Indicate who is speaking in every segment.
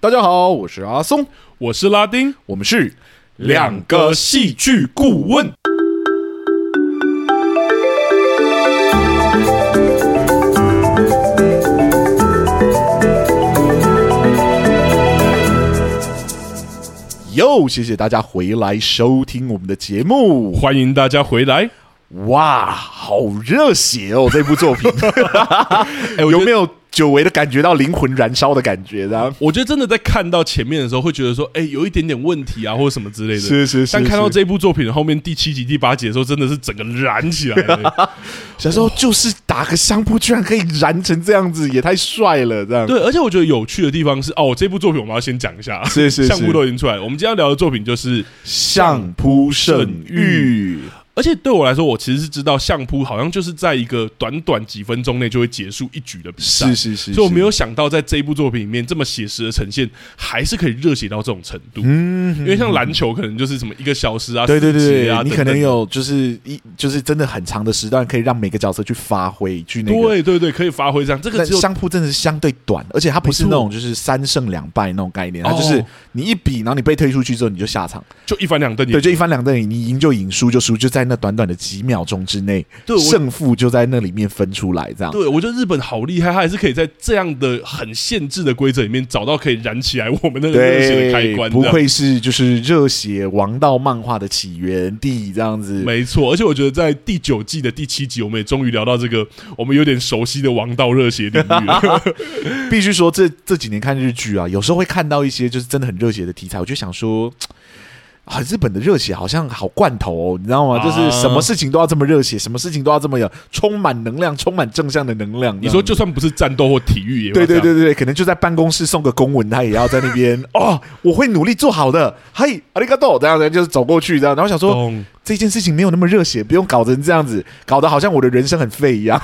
Speaker 1: 大家好，我是阿松，
Speaker 2: 我是拉丁，
Speaker 1: 我们是
Speaker 2: 两个戏剧顾问。
Speaker 1: 哟，谢谢大家回来收听我们的节目。
Speaker 2: 欢迎大家回来。
Speaker 1: 哇，好热血哦！ 这部作品
Speaker 2: 哎我觉得
Speaker 1: 有没有久违的感觉到灵魂燃烧的感觉呢？
Speaker 2: 我觉得真的在看到前面的时候，会觉得说，哎、有一点点问题啊，或者什么之类的。
Speaker 1: 是是是
Speaker 2: 但看到
Speaker 1: 是
Speaker 2: 这部作品的后面第七集、第八集的时候，真的是整个燃起来了。
Speaker 1: 小时候就是打个相扑，居然可以燃成这样子，也太帅了！这样
Speaker 2: 对，而且我觉得有趣的地方是，哦，这部作品我们要先讲一下。
Speaker 1: 是是是
Speaker 2: 项目都已经出来了，我们今天要聊的作品就是，
Speaker 1: 相扑圣域，
Speaker 2: 而且对我来说，我其实是知道相扑好像就是在一个短短几分钟内就会结束一局的比赛，
Speaker 1: 是是是，
Speaker 2: 所以我没
Speaker 1: 有
Speaker 2: 有想到，在这一部作品里面这么写实的呈现，还是可以热血到这种程度。
Speaker 1: 嗯，
Speaker 2: 因为像篮球可能就是什么一个小时啊，
Speaker 1: 对对
Speaker 2: 四
Speaker 1: 对
Speaker 2: 节啊，
Speaker 1: 对，你
Speaker 2: 等
Speaker 1: 可
Speaker 2: 等
Speaker 1: 能有就是一就是真的很长的时段，可以让每个角色去发挥，去那个
Speaker 2: 对对对，可以发挥这样。这个
Speaker 1: 但
Speaker 2: 只有
Speaker 1: 相扑真的是相对短，而且它不是
Speaker 2: 没
Speaker 1: 那
Speaker 2: 错
Speaker 1: 种就是三胜两败那种概念，它
Speaker 2: 哦
Speaker 1: 就是你一比，然后你被推出去之后你就下场，
Speaker 2: 就一翻两瞪眼
Speaker 1: 对，。就一翻两瞪眼，你赢就赢，输就输，就在那短短的几秒钟之内，
Speaker 2: 对我
Speaker 1: 胜负就在那里面分出来，这样。
Speaker 2: 对，我觉得日本好厉害，它还是可以在这样的很限制的规则里面找到可以燃起来我们那个热血的开关。
Speaker 1: 不
Speaker 2: 这样
Speaker 1: 愧是就是热血王道漫画的起源地，这样子。
Speaker 2: 没错，而且我觉得在第九季的第七集，我们也终于聊到这个我们有点熟悉的王道热血领 域了。
Speaker 1: 必须说这这几年看日剧啊，有时候会看到一些就是真的很热血的题材，我就想说。啊，日本的热血好像好罐头、哦，你知道吗？
Speaker 2: 啊
Speaker 1: 就是什么事情都要这么热血，什么事情都要这么有充满能量、充满正向的能量。
Speaker 2: 你说
Speaker 1: 这
Speaker 2: 就算不是战斗或体育，也
Speaker 1: 样对
Speaker 2: 要这
Speaker 1: 对
Speaker 2: 样
Speaker 1: 对对对，可能就在办公室送个公文，他也要在那 边哦，我会努力做好的。嘿，阿里嘎多，这样子就是走过去这样，然后想说
Speaker 2: 懂
Speaker 1: 这件事情没有那么热血，不用搞成这样子，搞得好像我的人生很废一样。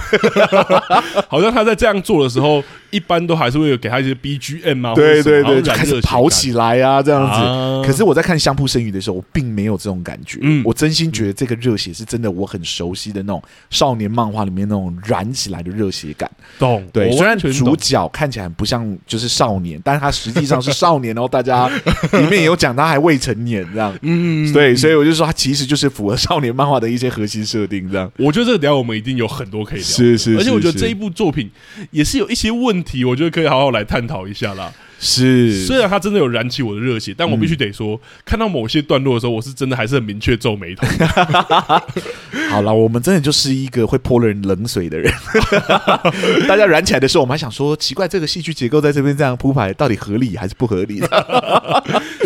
Speaker 2: 好像他在这样做的时候，一般都还是会有给他一些 BGM 啊，或
Speaker 1: 对
Speaker 2: 者什么
Speaker 1: 对
Speaker 2: 然后
Speaker 1: 对，就
Speaker 2: 燃
Speaker 1: 开始
Speaker 2: 热血
Speaker 1: 跑
Speaker 2: 感
Speaker 1: 起来啊，这样子。
Speaker 2: 啊
Speaker 1: 可是我在看《相扑生鱼》的时候，我并没有这种感觉。
Speaker 2: 嗯
Speaker 1: 我真心觉得这个热血是真的，我很熟悉的那种少年漫画里面那种燃起来的热血感。
Speaker 2: 懂
Speaker 1: 对，
Speaker 2: 我
Speaker 1: 虽然
Speaker 2: 完全
Speaker 1: 主
Speaker 2: 懂
Speaker 1: 角看起来不像就是少年，但是他实际上是少年哦。大家里面也有讲他还未成年这样。
Speaker 2: 嗯，
Speaker 1: 对，所以我就说他其实就是符合少年漫画的一些核心设定这样。
Speaker 2: 我觉得这个等一下我们一定有很多可以聊。
Speaker 1: 是是
Speaker 2: 而且我觉得这一
Speaker 1: 部
Speaker 2: 部作品也是有一些问题，我觉得可以好好来探讨一下啦。
Speaker 1: 是
Speaker 2: 虽然它真的有燃起我的热血，但我必须得说，看到某些段落的时候，我是真的还是很明确皱眉头。
Speaker 1: 好了，我们真的就是一个会泼人冷水的人。 大家燃起来的时候，我们还想说，奇怪，这个戏剧结构在这边这样铺排，到底合理还是不合理？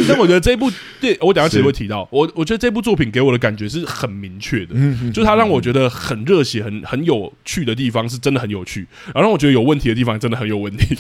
Speaker 2: 但我觉得这 一部电，我等一下其实会提到，我我觉得这部作品给我的感觉是很明确的，
Speaker 1: 嗯
Speaker 2: 就它让我觉得很热血、很很有趣的地方是真的很有趣，然后让我觉得有问题的地方真的很有问 题。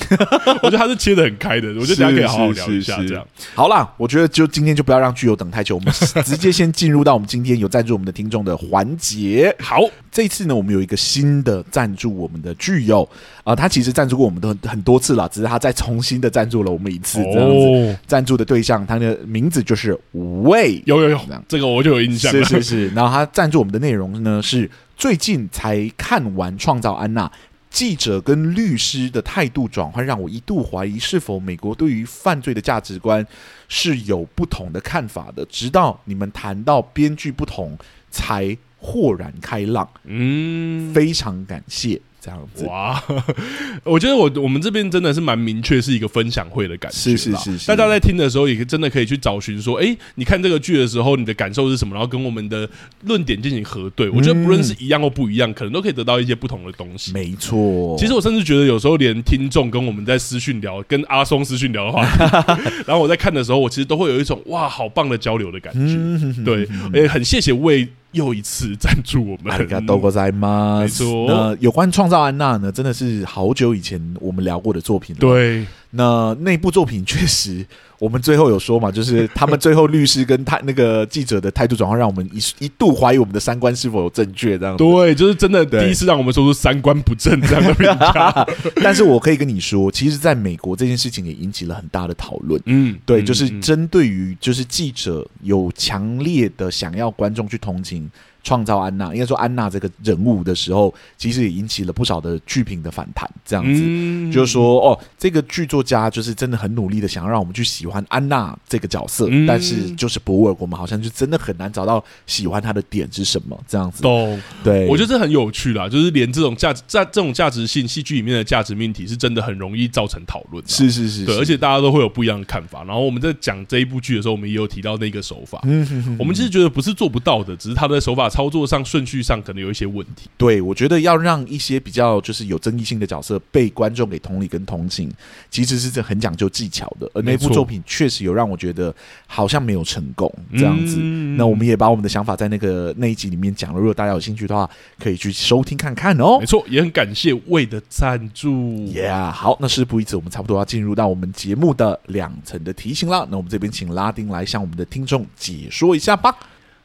Speaker 2: 我觉得它是切的很开的，我觉得大家可以好好聊一下
Speaker 1: 是是是
Speaker 2: 这样。
Speaker 1: 好啦，我觉得就今天就不要让剧友等太久，我们直接先进入到我们今天有赞助我们的听众的环节。
Speaker 2: 好，
Speaker 1: 这一次呢，我们有一个新的赞助我们的剧友啊、他其实赞助过我们的很很多次了，只是他再重新的赞助了我们一次，这样子。
Speaker 2: 哦，
Speaker 1: 赞助的对象，他的名字就是魏。
Speaker 2: 有有有
Speaker 1: 这样，
Speaker 2: 这个我就有印象了。啊
Speaker 1: 是是是， 然后他赞助我们的内容呢是最近才看完《创造安娜》。记者跟律师的态度转换，让我一度怀疑是否美国对于犯罪的价值观是有不同的看法的。直到你们谈到编剧不同，才豁然开朗。
Speaker 2: 嗯，
Speaker 1: 非常感谢，这样子
Speaker 2: 哇， 我觉得我我们这边真的是蛮明确是一个分享会的感觉
Speaker 1: 是
Speaker 2: 啦，
Speaker 1: 是是是
Speaker 2: 大家在听的时候也真的可以去找寻说，哎、你看这个剧的时候你的感受是什么，然后跟我们的论点进行核对。我觉得不论是一样或不一样，可能都可以得到一些不同的东西。
Speaker 1: 嗯没错。
Speaker 2: 其实我甚至觉得，有时候连听众跟我们在私讯聊，跟阿松私讯 聊的话题，然后我在看的时候，我其实都会有一种哇，好棒的交流的感觉。
Speaker 1: 嗯
Speaker 2: 对，也很谢谢魏又一次赞助我
Speaker 1: 阿里嘎
Speaker 2: 们。
Speaker 1: 多ございます。
Speaker 2: 嗯没错
Speaker 1: 那有关《创造安娜》呢，真的是好久以前我们聊过的作品了。
Speaker 2: 对，
Speaker 1: 那那部作品确实，我们最后有说嘛，就是他们最后律师跟他那个记者的态度转换，让我们一一度怀疑我们的三观是否有正确这样子。
Speaker 2: 对，就是真的
Speaker 1: 对
Speaker 2: 第一次让我们说出三观不正这样的评 价。
Speaker 1: 但是我可以跟你说，其实在美国这件事情也引起了很大的讨论。
Speaker 2: 嗯，
Speaker 1: 对，
Speaker 2: 嗯
Speaker 1: 就是
Speaker 2: 嗯
Speaker 1: 针对于就是记者有强烈的想要观众去同情创造安娜，应该说安娜这个人物的时候，其实也引起了不少的剧评的反弹。这样子，
Speaker 2: 嗯
Speaker 1: 就是说哦，这个剧作家就是真的很努力的想要让我们去喜欢安娜这个角色，
Speaker 2: 嗯
Speaker 1: 但是就是博尔，我们好像就真的很难找到喜欢他的点是什么。这样子，
Speaker 2: 懂，
Speaker 1: 对，
Speaker 2: 我觉得这很有趣啦，就是连这种价值在这种价值性戏剧里面的价值命题，是真的很容易造成讨论啊。
Speaker 1: 是是是，
Speaker 2: 对，
Speaker 1: 是
Speaker 2: 而且大家都会有不一样的看法。然后我们在讲这一部剧的时候，我们也有提到那个手法。
Speaker 1: 嗯哼哼
Speaker 2: 我们其实觉得不是做不到的，只是他的手法操作上、顺序上可能有一些问题。
Speaker 1: 对，我觉得要让一些比较就是有争议性的角色被观众给同理跟同情，其实是这很讲究技巧的。而那
Speaker 2: 没
Speaker 1: 部
Speaker 2: 错
Speaker 1: 作品确实有让我觉得好像没有成功这样子。
Speaker 2: 嗯
Speaker 1: 那我们也把我们的想法在那个那一集里面讲了，如果大家有兴趣的话，可以去收听看看哦
Speaker 2: 没。错，也很感谢魏的赞助。
Speaker 1: 嗯 Yeah，好，那事不宜迟，我们差不多要进入到我们节目的两层的提醒了。那我们这边请拉丁来向我们的听众解说一下吧。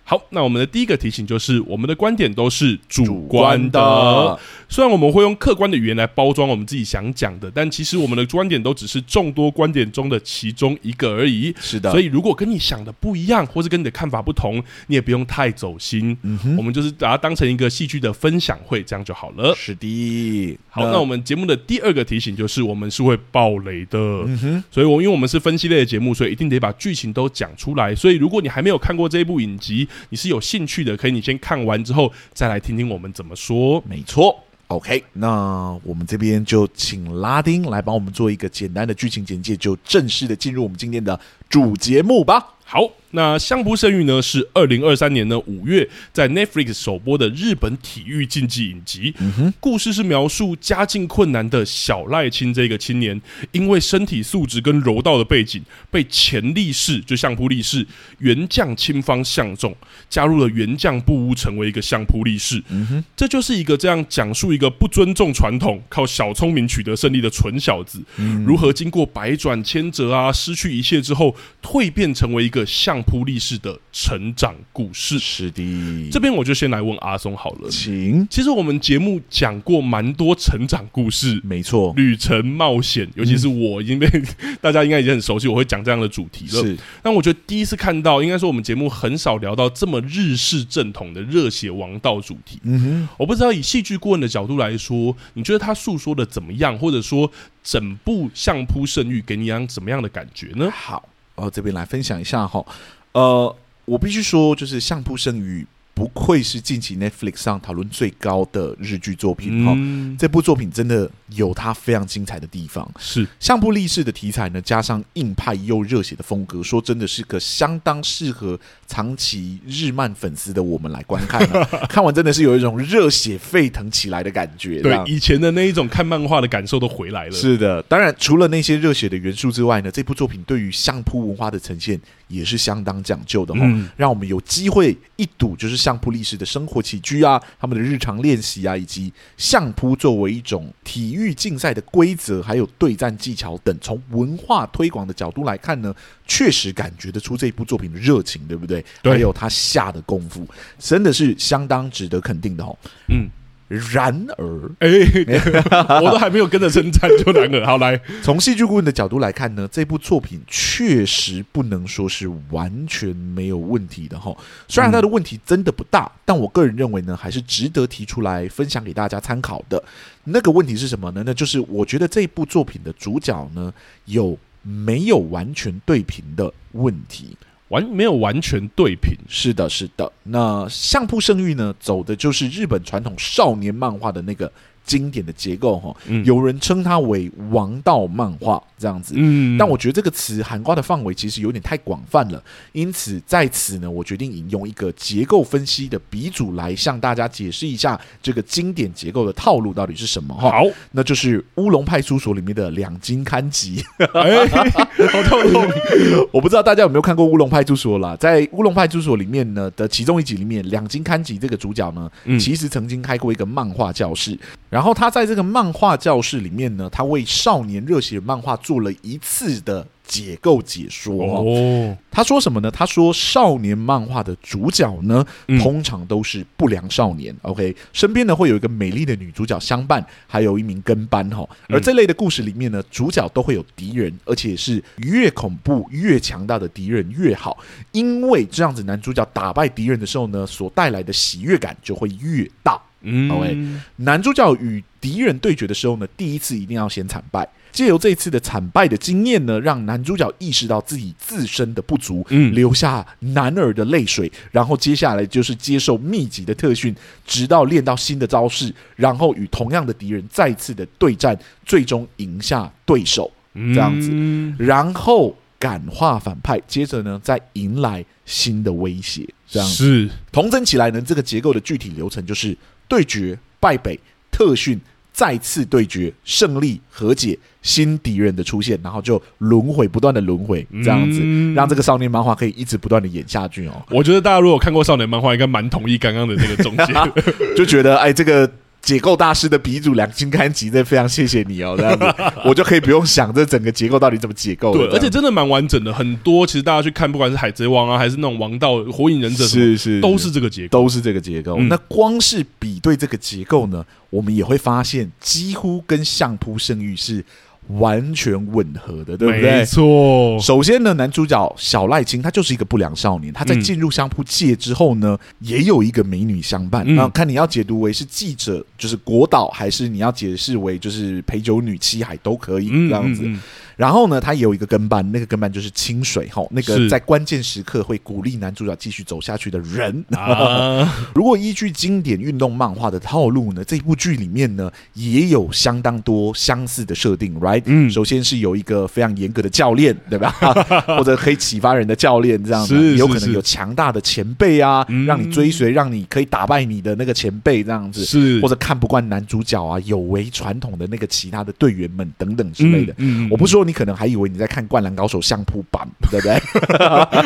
Speaker 2: 好，那我们的第一个提醒就是，我们的观点都是主观
Speaker 1: 观
Speaker 2: 的。
Speaker 1: 的，
Speaker 2: 虽然我们会用客观的语言来包装我们自己想讲的，但其实我们的观点都只是众多观点中的其中一个而已。
Speaker 1: 是的，
Speaker 2: 所
Speaker 1: 以
Speaker 2: 以，如果跟你想的不一样，或是跟你的看法不同，你也不用太走心。
Speaker 1: 嗯哼，
Speaker 2: 我们就是把它当成一个戏剧的分享会，这样就好了。
Speaker 1: 是的。
Speaker 2: 好，那我们节目的第二个提醒就是，我们是会爆雷的。
Speaker 1: 嗯哼，
Speaker 2: 所以我因为我们是分析类的节目，所以一定得把剧情都讲出来。所以如果你还没有看过这一部影集，你是有兴趣的，可以你先看完之后再来听听我们怎么说。
Speaker 1: 没错。OK，那我们这边就请拉丁来帮我们做一个简单的剧情简介，就正式的进入我们今天的主节目吧。
Speaker 2: 好，那《相扑圣域》呢是二零二三年呢五月在 Netflix 首播的日本体育竞技影集。故事是描述家境困难的小赖青这个青年，因为身体素质跟柔道的背景，被前力士就相扑力士原将青方相中，加入了原将部屋，成为一个相扑力士。这就是一个这样讲述一个不尊重传统、靠小聪明取得胜利的蠢小子，如何经过百转千折啊，失去一切之后，蜕变成为一个相扑力士的成长故事。
Speaker 1: 是的，
Speaker 2: 这边我就先来问阿松好了。
Speaker 1: 请，
Speaker 2: 其实我们节目讲过蛮多成长故事、
Speaker 1: 没错，
Speaker 2: 旅程、冒险，尤其是我已经被 大家应该已经很熟悉，我会讲这样的主题了。
Speaker 1: 是
Speaker 2: 但我觉得第一次看到，应该说我们节目很少聊到这么日式正统的热血王道主题。
Speaker 1: 嗯
Speaker 2: 我不知道以戏剧顾问的角度来说，你觉得他诉说的怎么样，或者说整部《相扑圣域》给你一样怎么样的感觉
Speaker 1: 哼，
Speaker 2: 呢？
Speaker 1: 好，哦，这边来分享一下哈，呃，我必须说，就是相扑剩余不愧是近期 Netflix 上讨论最高的日剧作品哈、
Speaker 2: 嗯，
Speaker 1: 这部作品真的有它非常精彩的地方，
Speaker 2: 是
Speaker 1: 相扑力士的题材呢，加上硬派又热血的风格，说真的是个相当适合长期日漫粉丝的我们来观看、啊。看完真的是有一种热血沸腾起来的感觉。这
Speaker 2: 对
Speaker 1: 样
Speaker 2: 以前的那一种看漫画的感受都回来了。
Speaker 1: 是的，当然除了那些热血的元素之外呢，这部作品对于相扑文化的呈现也是相当讲究的哈、哦
Speaker 2: 嗯
Speaker 1: 让我们有机会一睹就是相扑力士的生活起居啊，他们的日常练习啊，以及相扑作为一种体育竞赛的规则，还有对战技巧等，从文化推广的角度来看呢，确实感觉得出这部作品的热情，对不对？
Speaker 2: 对
Speaker 1: 还有他下的功夫，真的是相当值得肯定的哦。
Speaker 2: 嗯，
Speaker 1: 然而，
Speaker 2: 哎、我都还没有跟着称赞就难了。好来，
Speaker 1: 从戏剧顾问的角度来看呢，这部作品确实不能说是完全没有问题的哈。虽然它的问题真的不大，但我个人认为呢，还是值得提出来分享给大家参考的。那个问题是什么呢？那就是我觉得这部作品的主角呢，有没有完全对平的问题。
Speaker 2: 完没有完全对平，
Speaker 1: 是的，是的。那相扑圣域呢，走的就是日本传统少年漫画的那个经典的结构哈、
Speaker 2: 嗯
Speaker 1: 有人称它为王道漫画这样子。
Speaker 2: 嗯
Speaker 1: 但我觉得这个词涵盖的范围其实有点太广泛了，因此在此呢，我决定引用一个结构分析的鼻祖来向大家解释一下这个经典结构的套路到底是什么哈。
Speaker 2: 好，
Speaker 1: 那就是乌龙派出所里面的两金刊集。
Speaker 2: 哎、 好痛痛，
Speaker 1: 我不知道大家有没有看过《乌龙派出所》啦，在《乌龙派出所》里面呢的其中一集里面，两金刊吉这个主角呢，
Speaker 2: 嗯
Speaker 1: 其实曾经开过一个漫画教室，然后他在这个漫画教室里面呢，他为少年热血漫画做了一次的解构解说、哦。
Speaker 2: 哦，
Speaker 1: 他说什么呢？他说少年漫画的主角呢，
Speaker 2: 嗯
Speaker 1: 通常都是不良少年。OK，身边呢会有一个美丽的女主角相伴，还有一名跟班哈、而这类的故事里面呢，主角都会有敌人，而且是越恐怖越强大的敌人越好，因为这样子男主角打败敌人的时候呢，所带来的喜悦感就会越大。
Speaker 2: 嗯
Speaker 1: 好欸男主角与敌人对决的时候呢，第一次一定要先惨败。借由这一次的惨败的经验呢，让男主角意识到自己自身的不足，
Speaker 2: 嗯
Speaker 1: 流下男儿的泪水。然后接下来就是接受密集的特训，直到练到新的招式，然后与同样的敌人再次的对战，最终赢下对手，这样子，
Speaker 2: 嗯
Speaker 1: 然后感化反派。接着呢，再迎来新的威胁，这样子
Speaker 2: 是
Speaker 1: 同整起来呢，这个结构的具体流程就是对决、败北、特训、再次对决、胜利、和解、新敌人的出现，然后就轮回，不断的轮回，这样子、
Speaker 2: 嗯
Speaker 1: 让这个少年漫画可以一直不断的演下去 哦，
Speaker 2: 我觉得大家如果看过少年漫画，应该蛮同意刚刚的这个总 结。
Speaker 1: 啊就觉得哎，这个。解构大师的鼻祖两金刊集，真的非常谢谢你哦，这样 子我就可以不用想这整个结构到底怎么解构了
Speaker 2: 对，
Speaker 1: 这样
Speaker 2: 而且真的蛮完整的，很多其实大家去看，不管是海贼王啊，还是那种王道、火影忍者什么，
Speaker 1: 是是
Speaker 2: 都是这个结构。
Speaker 1: 都是这个结构。
Speaker 2: 嗯
Speaker 1: 那光是比对这个结构呢，我们也会发现几乎跟相扑圣域是完全吻合的，对不
Speaker 2: 没
Speaker 1: 对？
Speaker 2: 错，
Speaker 1: 首先呢，男主角小赖青他就是一个不良少年，他在
Speaker 2: 嗯
Speaker 1: 进入相扑界之后呢，也有一个美女相伴。
Speaker 2: 嗯
Speaker 1: 那看你要解读为是记者，就是国岛，还是你要解释为就是陪酒女七海都可以
Speaker 2: 嗯，
Speaker 1: 这样子。
Speaker 2: 嗯嗯
Speaker 1: 然后呢，他也有一个跟班，那个跟班就是清水哈，那个
Speaker 2: 是
Speaker 1: 在关键时刻会鼓励男主角继续走下去的 人。
Speaker 2: 啊，
Speaker 1: 如果依据经典运动漫画的套路呢，这部剧里面呢也有相当多相似的设定，right？
Speaker 2: 嗯
Speaker 1: 首先是有一个非常严格的教练，对吧？ 或者可以启发人的教练，这样子
Speaker 2: 是是
Speaker 1: 有可能
Speaker 2: 是
Speaker 1: 有强大的前辈啊，
Speaker 2: 嗯
Speaker 1: 让你追随，让你可以打败你的那个前辈，这样子。
Speaker 2: 是
Speaker 1: 或者看不惯男主角啊，有违传统的那个其他的队员们等等之类的。
Speaker 2: 嗯嗯嗯
Speaker 1: 我不说，你可能还以为你在看《灌篮高手》相扑版，对不对？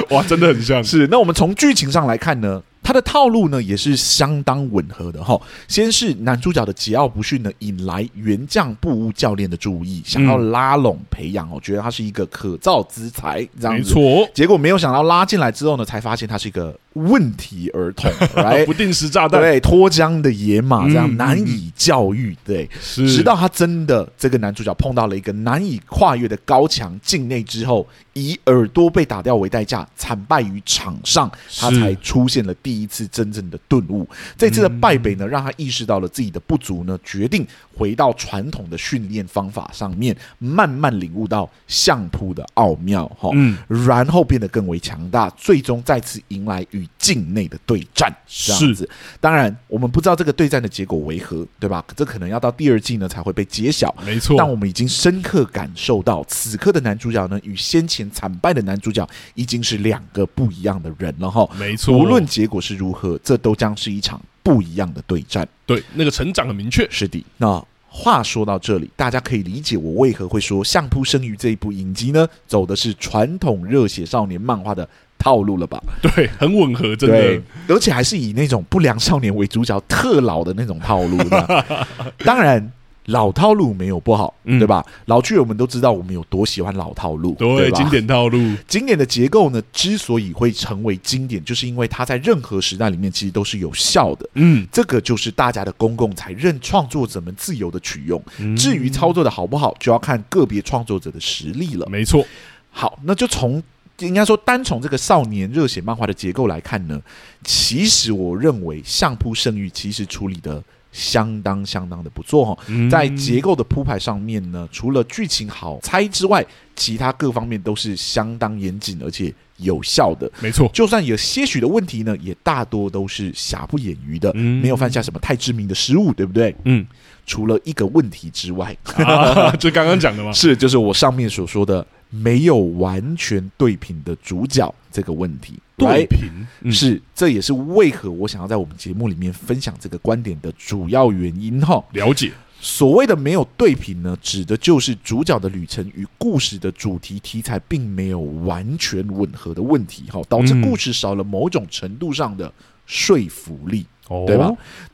Speaker 2: 哇，真的很像，
Speaker 1: 是，那我们从剧情上来看呢，它的套路呢也是相当吻合的哈。先是男主角的桀骜不驯呢，引来原将布屋教练的注意，想要拉拢培养哦，觉得他是一个可造之才，这样
Speaker 2: 没
Speaker 1: 子。
Speaker 2: 错，
Speaker 1: 结果没有想到拉进来之后呢，才发现他是一个问题儿 童，来
Speaker 2: 啊不定时炸弹，
Speaker 1: 哎对脱缰的野马，这样
Speaker 2: 嗯嗯
Speaker 1: 难以教育。对，
Speaker 2: 是
Speaker 1: 直到他真的这个男主角碰到了一个难以跨越的高墙境内之后，以耳朵被打掉为代价，惨败于场上，他
Speaker 2: 是
Speaker 1: 才出现了第一次真正的顿悟。这次的败北呢，让他意识到了自己的不足呢，决定回到传统的训练方法上面，慢慢领悟到相扑的奥妙哈。
Speaker 2: 嗯
Speaker 1: 然后变得更为强大，最终再次迎来与境内的对战，这样子。当然，我们不知道这个对战的结果为何，对吧？这可能要到第二季呢才会被揭晓。
Speaker 2: 没错，
Speaker 1: 但我们已经深刻感受到，此刻的男主角呢，与先前惨败的男主角已经是两个不一样的人了哈。
Speaker 2: 没错，
Speaker 1: 无论结果是如何，这都将是一场不一样的对战。
Speaker 2: 对那个成长很明确，
Speaker 1: 是的，那话说到这里，大家可以理解我为何会说《相扑生于这一部影集呢，走的是传统热血少年漫画的套路了吧？
Speaker 2: 对，很吻合，真
Speaker 1: 对
Speaker 2: 的，，
Speaker 1: 而且还是以那种不良少年为主角、特老的那种套路的。 当然，老套路没有不好，
Speaker 2: 嗯
Speaker 1: 对吧？老剧友们都知道我们有多喜欢老套路，
Speaker 2: 对，
Speaker 1: 吧
Speaker 2: 经典套路，
Speaker 1: 经典的结构呢，之所以会成为经典，就是因为它在任何时代里面其实都是有效的。
Speaker 2: 嗯，
Speaker 1: 这个就是大家的公共才，任创作者们自由的取用。至于操作的好不好，就要看个别创作者的实力了。
Speaker 2: 没错，
Speaker 1: 好，那就从应该说单从这个少年热血漫画的结构来看呢，其实我认为相扑圣域其实处理的相当相当的不错哦。
Speaker 2: 嗯
Speaker 1: 在结构的铺排上面呢，除了剧情好猜之外，其他各方面都是相当严谨而且有效的。
Speaker 2: 没错，
Speaker 1: 就算有些许的问题呢，也大多都是瑕不掩瑜的，
Speaker 2: 嗯
Speaker 1: 没有犯下什么太致命的失误，对不对？
Speaker 2: 嗯，
Speaker 1: 除了一个问题之外，
Speaker 2: 啊，就刚刚讲的嘛，
Speaker 1: 是就是我上面所说的没有完全对平的主角这个问题。
Speaker 2: 对
Speaker 1: right？
Speaker 2: 平，嗯
Speaker 1: 是，这也是为何我想要在我们节目里面分享这个观点的主要原因哈。
Speaker 2: 了解，
Speaker 1: 所谓的没有对平呢，指的就是主角的旅程与故事的主题题材并没有完全吻合的问题哈，导致
Speaker 2: 嗯
Speaker 1: 故事少了某种程度上的说服力。
Speaker 2: 哦
Speaker 1: 对吧？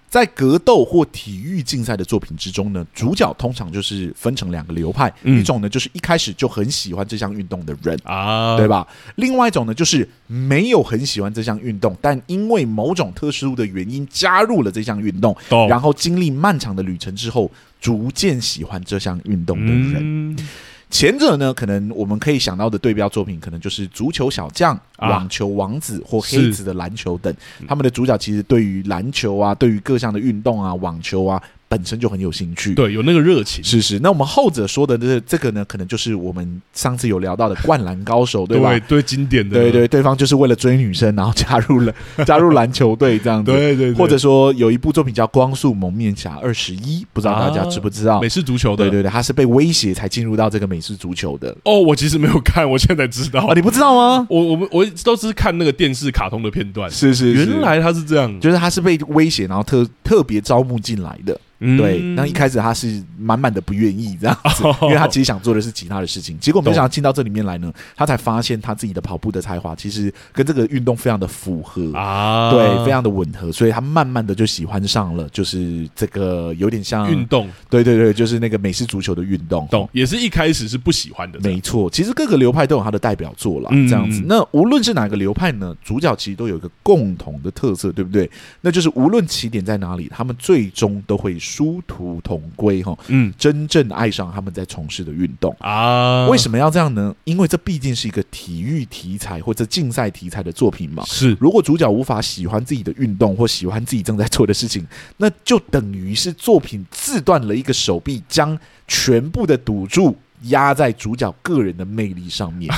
Speaker 1: 在格斗或体育竞赛的作品之中呢，主角通常就是分成两个流派，
Speaker 2: 嗯
Speaker 1: 一种呢就是一开始就很喜欢这项运动的人，
Speaker 2: 啊，
Speaker 1: 对吧？另外一种呢就是没有很喜欢这项运动，但因为某种特殊的原因加入了这项运动，
Speaker 2: 懂？
Speaker 1: 然后经历漫长的旅程之后，逐渐喜欢这项运动的人。
Speaker 2: 嗯，
Speaker 1: 前者呢，可能我们可以想到的对标作品，可能就是足球小将、
Speaker 2: 啊
Speaker 1: 网球王子或
Speaker 2: 是
Speaker 1: 黑子的篮球等，他们的主角其实对于篮球啊，对于各项的运动啊、网球啊，本身就很有兴趣。，
Speaker 2: 对，有那个热情，
Speaker 1: 是是。那我们后者说的这这个呢，可能就是我们上次有聊到的灌篮高手，对吧？
Speaker 2: 对对，经典的，
Speaker 1: 对对，对方就是为了追女生，然后加入 了加入篮球队这样子。
Speaker 2: 对对，
Speaker 1: 或者说有一部作品叫《光速蒙面侠二十一》，不知道大家知不知道？
Speaker 2: 美式足球
Speaker 1: 对
Speaker 2: 啊的。
Speaker 1: 对对，他是被威胁才进入到这个美式足球的。
Speaker 2: 哦，我其实没有看，我现在才知道
Speaker 1: 哦，。你不知道吗？
Speaker 2: 我我们我一直都是看那个电视卡通的片段，
Speaker 1: 是是
Speaker 2: 原来他是这样，
Speaker 1: 就是他是被威胁，然后特特别招募进来的。对，
Speaker 2: 嗯哦
Speaker 1: 那一开始他是满满的不愿意这样子，因为他其实想做的是其他的事情。结果没
Speaker 2: 懂
Speaker 1: 想到进到这里面来呢，他才发现他自己的跑步的才华其实跟这个运动非常的符合。
Speaker 2: 啊，
Speaker 1: 对，非常的吻合，所以他慢慢的就喜欢上了，就是这个有点像
Speaker 2: 运，动，
Speaker 1: 对对对，就是那个美式足球的运动。
Speaker 2: 懂，也是一开始是不喜欢的，
Speaker 1: 没错，其实各个流派都有它的代表作啦。
Speaker 2: 嗯
Speaker 1: 这样子。那无论是哪个流派呢，主角其实都有一个共同的特色，对不对？那就是无论起点在哪里，他们最终都会殊途同归，哈，
Speaker 2: 嗯
Speaker 1: 真正爱上他们在从事的运动。
Speaker 2: 啊，
Speaker 1: 为什
Speaker 2: 么
Speaker 1: 么要这样呢？因为这毕竟是一个体育题材或者竞赛题材的作品嘛。
Speaker 2: 是
Speaker 1: 如果主角无法喜欢自己的运动或喜欢自己正在做的事情，那就等于是作品自断了一个手臂，将全部的赌注压在主角个人的魅力上 面。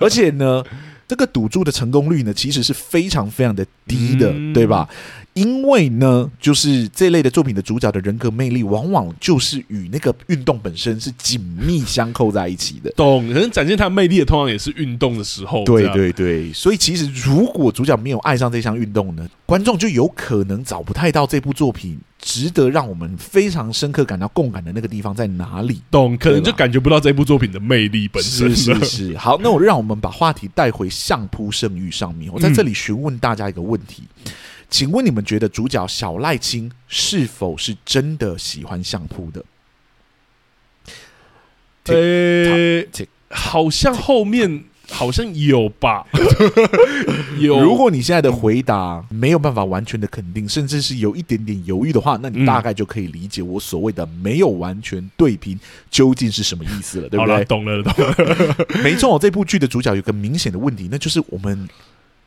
Speaker 1: 而且呢，这个赌注的成功率呢，其实是非常非常的低的，
Speaker 2: 嗯
Speaker 1: 对吧？因为呢，就是这类的作品的主角的人格魅力，往往就是与那个运动本身是紧密相扣在一起的。
Speaker 2: 懂？可能展现他魅力的，通常也是运动的时候，
Speaker 1: 对
Speaker 2: 这样，
Speaker 1: 对对，所以其实如果主角没有爱上这项运动呢，观众就有可能找不太到这部作品值得让我们非常深刻感到共感的那个地方在哪里。
Speaker 2: 懂，可能
Speaker 1: 对吧
Speaker 2: 就感觉不到这部作品的魅力本身
Speaker 1: 是是
Speaker 2: 了。
Speaker 1: 是，好，那我让我们把话题带回相扑圣域上面。我在这里询问大家一个问题，请问你们觉得主角小赖青是否是真的喜欢相扑的？
Speaker 2: 呃
Speaker 1: tick-tock，tick-tock，
Speaker 2: 好像后面好像有吧， 有。
Speaker 1: 如果你现在的回答没有办法完全的肯定，甚至是有一点点犹豫的话，那你
Speaker 2: 嗯
Speaker 1: 大概就可以理解我所谓的没有完全对平究竟是什么意思了，对不
Speaker 2: 好了，
Speaker 1: 对？
Speaker 2: 懂了，懂了。
Speaker 1: 没错，这部剧的主角有个明显的问题，那就是我们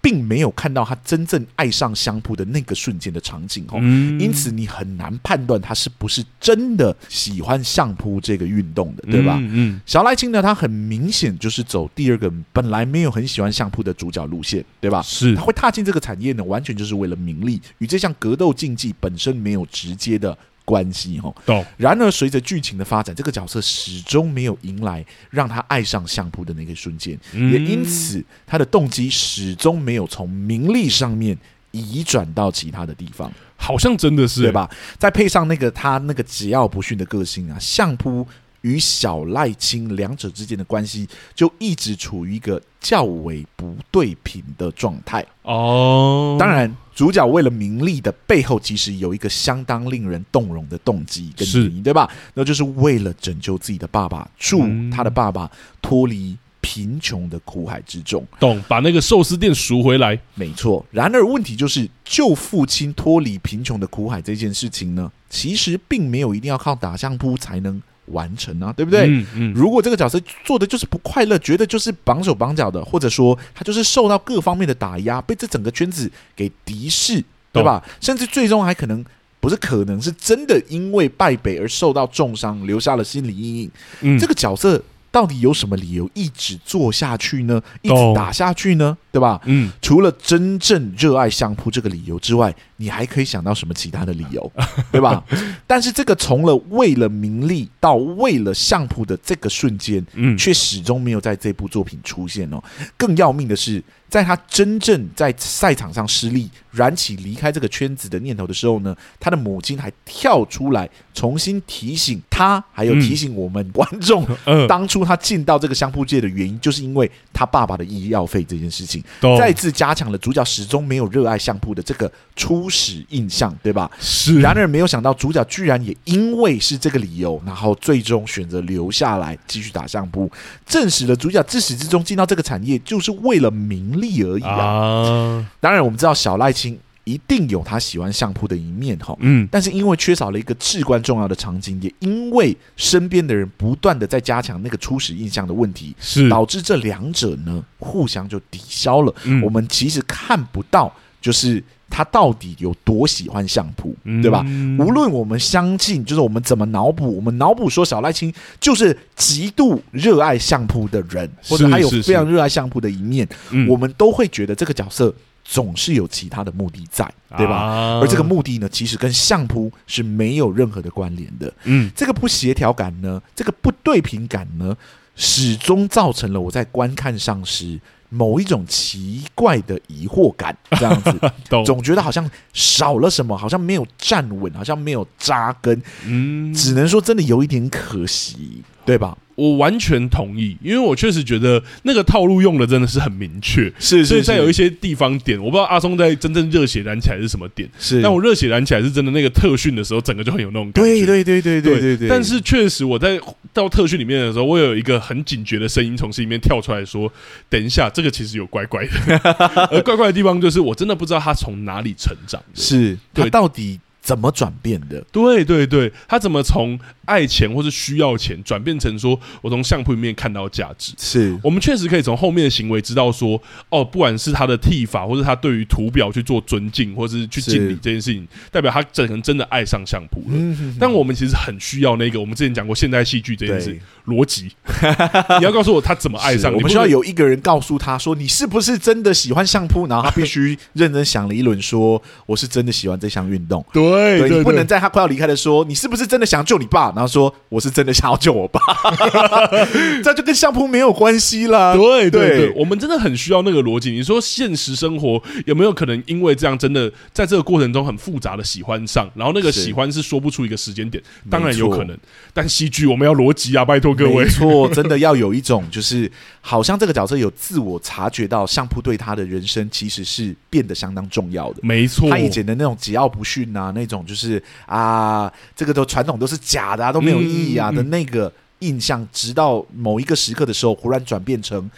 Speaker 1: 并没有看到他真正爱上相扑的那个瞬间的场景哦。
Speaker 2: 嗯
Speaker 1: 因此，你很难判断他是不是真的喜欢相扑这个运动的，对吧？
Speaker 2: 嗯，嗯
Speaker 1: 小赖青呢，他很明显就是走第二个本来没有很喜欢相扑的主角路线，对吧？
Speaker 2: 是
Speaker 1: 他会踏进这个产业呢，完全就是为了名利，与这项格斗竞技本身没有直接的关系哈。
Speaker 2: 懂。
Speaker 1: 然而，随着剧情的发展，这个角色始终没有迎来让他爱上相扑的那个瞬间，
Speaker 2: 嗯
Speaker 1: 也因此他的动机始终没有从名利上面移转到其他的地方，
Speaker 2: 好像真的是
Speaker 1: 对？吧？再配上那个他那个桀骜不驯的个性啊，相扑。与小赖青两者之间的关系就一直处于一个较为不对平的状态。
Speaker 2: 哦，
Speaker 1: 当然，主角为了名利的背后，其实有一个相当令人动容的动机跟
Speaker 2: 是
Speaker 1: 原因，对吧？那就是为了拯救自己的爸爸，助
Speaker 2: 嗯
Speaker 1: 他的爸爸脱离贫穷的苦海之中。
Speaker 2: 懂，把那个寿司店赎回来。
Speaker 1: 没错。然而，问题就是救父亲脱离贫穷的苦海这件事情呢，其实并没有一定要靠打相扑才能完成啊，对不对？
Speaker 2: 嗯嗯，
Speaker 1: 如果这个角色做的就是不快乐，觉得就是绑手绑脚的，或者说他就是受到各方面的打压，被这整个圈子给敌视，对吧？甚至最终还可能不是可能是真的因为败北而受到重伤，留下了心理阴影。
Speaker 2: 嗯
Speaker 1: 这个角色到底有什么理由一直做下去呢？一直
Speaker 2: 懂
Speaker 1: 打下去呢？对吧？
Speaker 2: 嗯，
Speaker 1: 除了真正热爱相扑这个理由之外，你还可以想到什么其他的理由，对吧？但是这个从了为了名利到为了相扑的这个瞬间，
Speaker 2: 嗯
Speaker 1: 却始终没有在这部作品出现哦。更要命的是，在他真正在赛场上失利，燃起离开这个圈子的念头的时候呢，他的母亲还跳出来重新提醒他，还有
Speaker 2: 嗯
Speaker 1: 提醒我们观众
Speaker 2: 嗯，
Speaker 1: 当初初他进到这个相扑界的原因，就是因为他爸爸的医药费这件事情，
Speaker 2: 懂
Speaker 1: 再次加强了主角始终没有热爱相扑的这个初始印象，对吧？
Speaker 2: 是
Speaker 1: 然而没有想到，主角居然也因为是这个理由，然后最终选择留下来继续打相扑，证实了主角自始至终进到这个产业就是为了名利而已啊。
Speaker 2: 啊，
Speaker 1: 当然，我们知道小赖青一定有他喜欢相扑的一面哈，
Speaker 2: 嗯，
Speaker 1: 但是因为缺少了一个至关重要的场景，也因为身边的人不断的在加强那个初始印象的问题，
Speaker 2: 是
Speaker 1: 导致这两者呢互相就抵消了。
Speaker 2: 嗯
Speaker 1: 我们其实看不到，就是他到底有多喜欢相扑，对吧？？
Speaker 2: 嗯
Speaker 1: 无论我们相信，就是我们怎么脑补，我们脑补说小赖青就是极度热爱相扑的人，
Speaker 2: 是
Speaker 1: 或者他有
Speaker 2: 是
Speaker 1: 非常热爱相扑的一面，
Speaker 2: 嗯
Speaker 1: 我们都会觉得这个角色总是有其他的目的在，对吧？
Speaker 2: 啊
Speaker 1: 而这个目的呢，其实跟相扑是没有任何的关联的。
Speaker 2: 嗯
Speaker 1: 这个不协调感呢，这个不对平感呢，始终造成了我在观看上时某一种奇怪的疑惑感，这样 子，
Speaker 2: 懂
Speaker 1: 总觉得好像少了什么，好像没有站稳，好像没有扎根，
Speaker 2: 嗯
Speaker 1: 只能说真的有一点可惜，对吧？
Speaker 2: 我完全同意，因为我确实觉得那个套路用的真的是很明确，
Speaker 1: 是
Speaker 2: 所以在有一
Speaker 1: 些
Speaker 2: 些地方点，我不知道阿松在真正热血燃起来是什么点，
Speaker 1: 是，
Speaker 2: 但我热血燃起来是真的那个特训的时候，整个就很有那种感觉。
Speaker 1: 对对对对
Speaker 2: 对
Speaker 1: 对对，
Speaker 2: 但是确实我在到特训里面的时候，我有一个很警觉的声音从心里面跳出来说：“等一下，这个其实有怪 怪的。”而怪怪的地方就是，我真的不知道他从哪里成长的。
Speaker 1: 是他
Speaker 2: 对
Speaker 1: 到底怎么转变的？
Speaker 2: 对对对，他怎么从爱钱或是需要钱转变成说我从相扑里面看到价值？
Speaker 1: 是
Speaker 2: 我们确实可以从后面的行为知道说，哦，不管是他的剃法，或是他对于图表去做尊敬，或是去敬礼
Speaker 1: 是
Speaker 2: 这件事情，代表他整个人真的爱上相扑了。
Speaker 1: 嗯
Speaker 2: 但我们其实很需要那个，我们之前讲过现代戏剧这 件事
Speaker 1: 对
Speaker 2: 逻辑，你要告诉我他怎么爱
Speaker 1: 是
Speaker 2: 上，你
Speaker 1: 我
Speaker 2: 不
Speaker 1: 们
Speaker 2: 能
Speaker 1: 需要有一个人告诉他说：“你是不是真的喜欢相扑？”然后他必 须认真想了一轮，说：“我是真的喜欢这项运动。”
Speaker 2: 对
Speaker 1: 对，你
Speaker 2: 对，
Speaker 1: 不能在他快要离开的时候，你是不是真的想救你爸？然后说：“我是真的想要救我爸。” 这就跟相扑没有关系啦。
Speaker 2: 对对
Speaker 1: 啊对
Speaker 2: 对，我们真的很需要那个逻辑。你说现实生活有没有可能因为这样，真的在这个过程中很复杂的喜欢上，然后那个
Speaker 1: 是
Speaker 2: 喜欢是说不出一个时间点，
Speaker 1: 没
Speaker 2: 当然有
Speaker 1: 错
Speaker 2: 可能。但戏剧我们要逻辑啊，拜托各位
Speaker 1: 没。错，真 的要有一种就是，好像这个角色有自我察觉到相扑对他的人生其实是变得相当重要的。
Speaker 2: 没错，
Speaker 1: 他以前的那种桀骜不驯啊，那种就是啊，这个都传统都是假的、啊，都没有意义啊
Speaker 2: 嗯嗯嗯
Speaker 1: 的那个印象，直到某一个时刻的时候，忽然转变成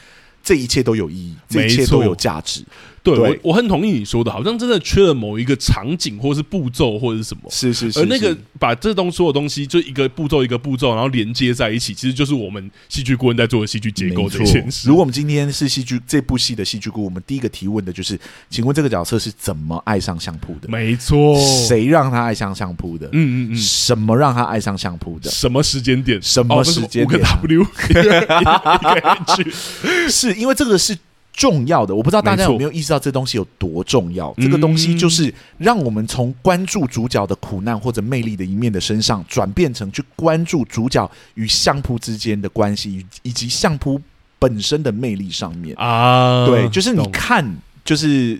Speaker 1: 这一切都有意义，这
Speaker 2: 没
Speaker 1: 一
Speaker 2: 错
Speaker 1: 切都有价值。
Speaker 2: 对
Speaker 1: 对
Speaker 2: 我我很同意你说的，好像真的缺了某一个场景或是步骤或者是什么。
Speaker 1: 是是
Speaker 2: 而那个把这东所有东西就一个步骤一个步骤，然后连接在一起，其实就是我们戏剧顾问在做的戏剧结构这件事。
Speaker 1: 如果我们今天是戏剧这部戏的戏剧顾问，我们第一个提问的就是，请问这个角色是怎么爱上相扑的？
Speaker 2: 没错，
Speaker 1: 谁让他爱上相扑的？
Speaker 2: 嗯嗯嗯，
Speaker 1: 什么让他爱上相扑的？
Speaker 2: 什么时间点？
Speaker 1: 什么时间点啊
Speaker 2: 哦那是五个 W 一个 H，
Speaker 1: 是因为这个是重要的，我不知道大家有没有意识到这东西有多重要。
Speaker 2: 嗯
Speaker 1: 这个东西就是让我们从关注主角的苦难或者魅力的一面的身上，转变成去关注主角与相扑之间的关系，以以及相扑本身的魅力上面。
Speaker 2: 啊，
Speaker 1: 对，就是你
Speaker 2: 懂
Speaker 1: 看，就是。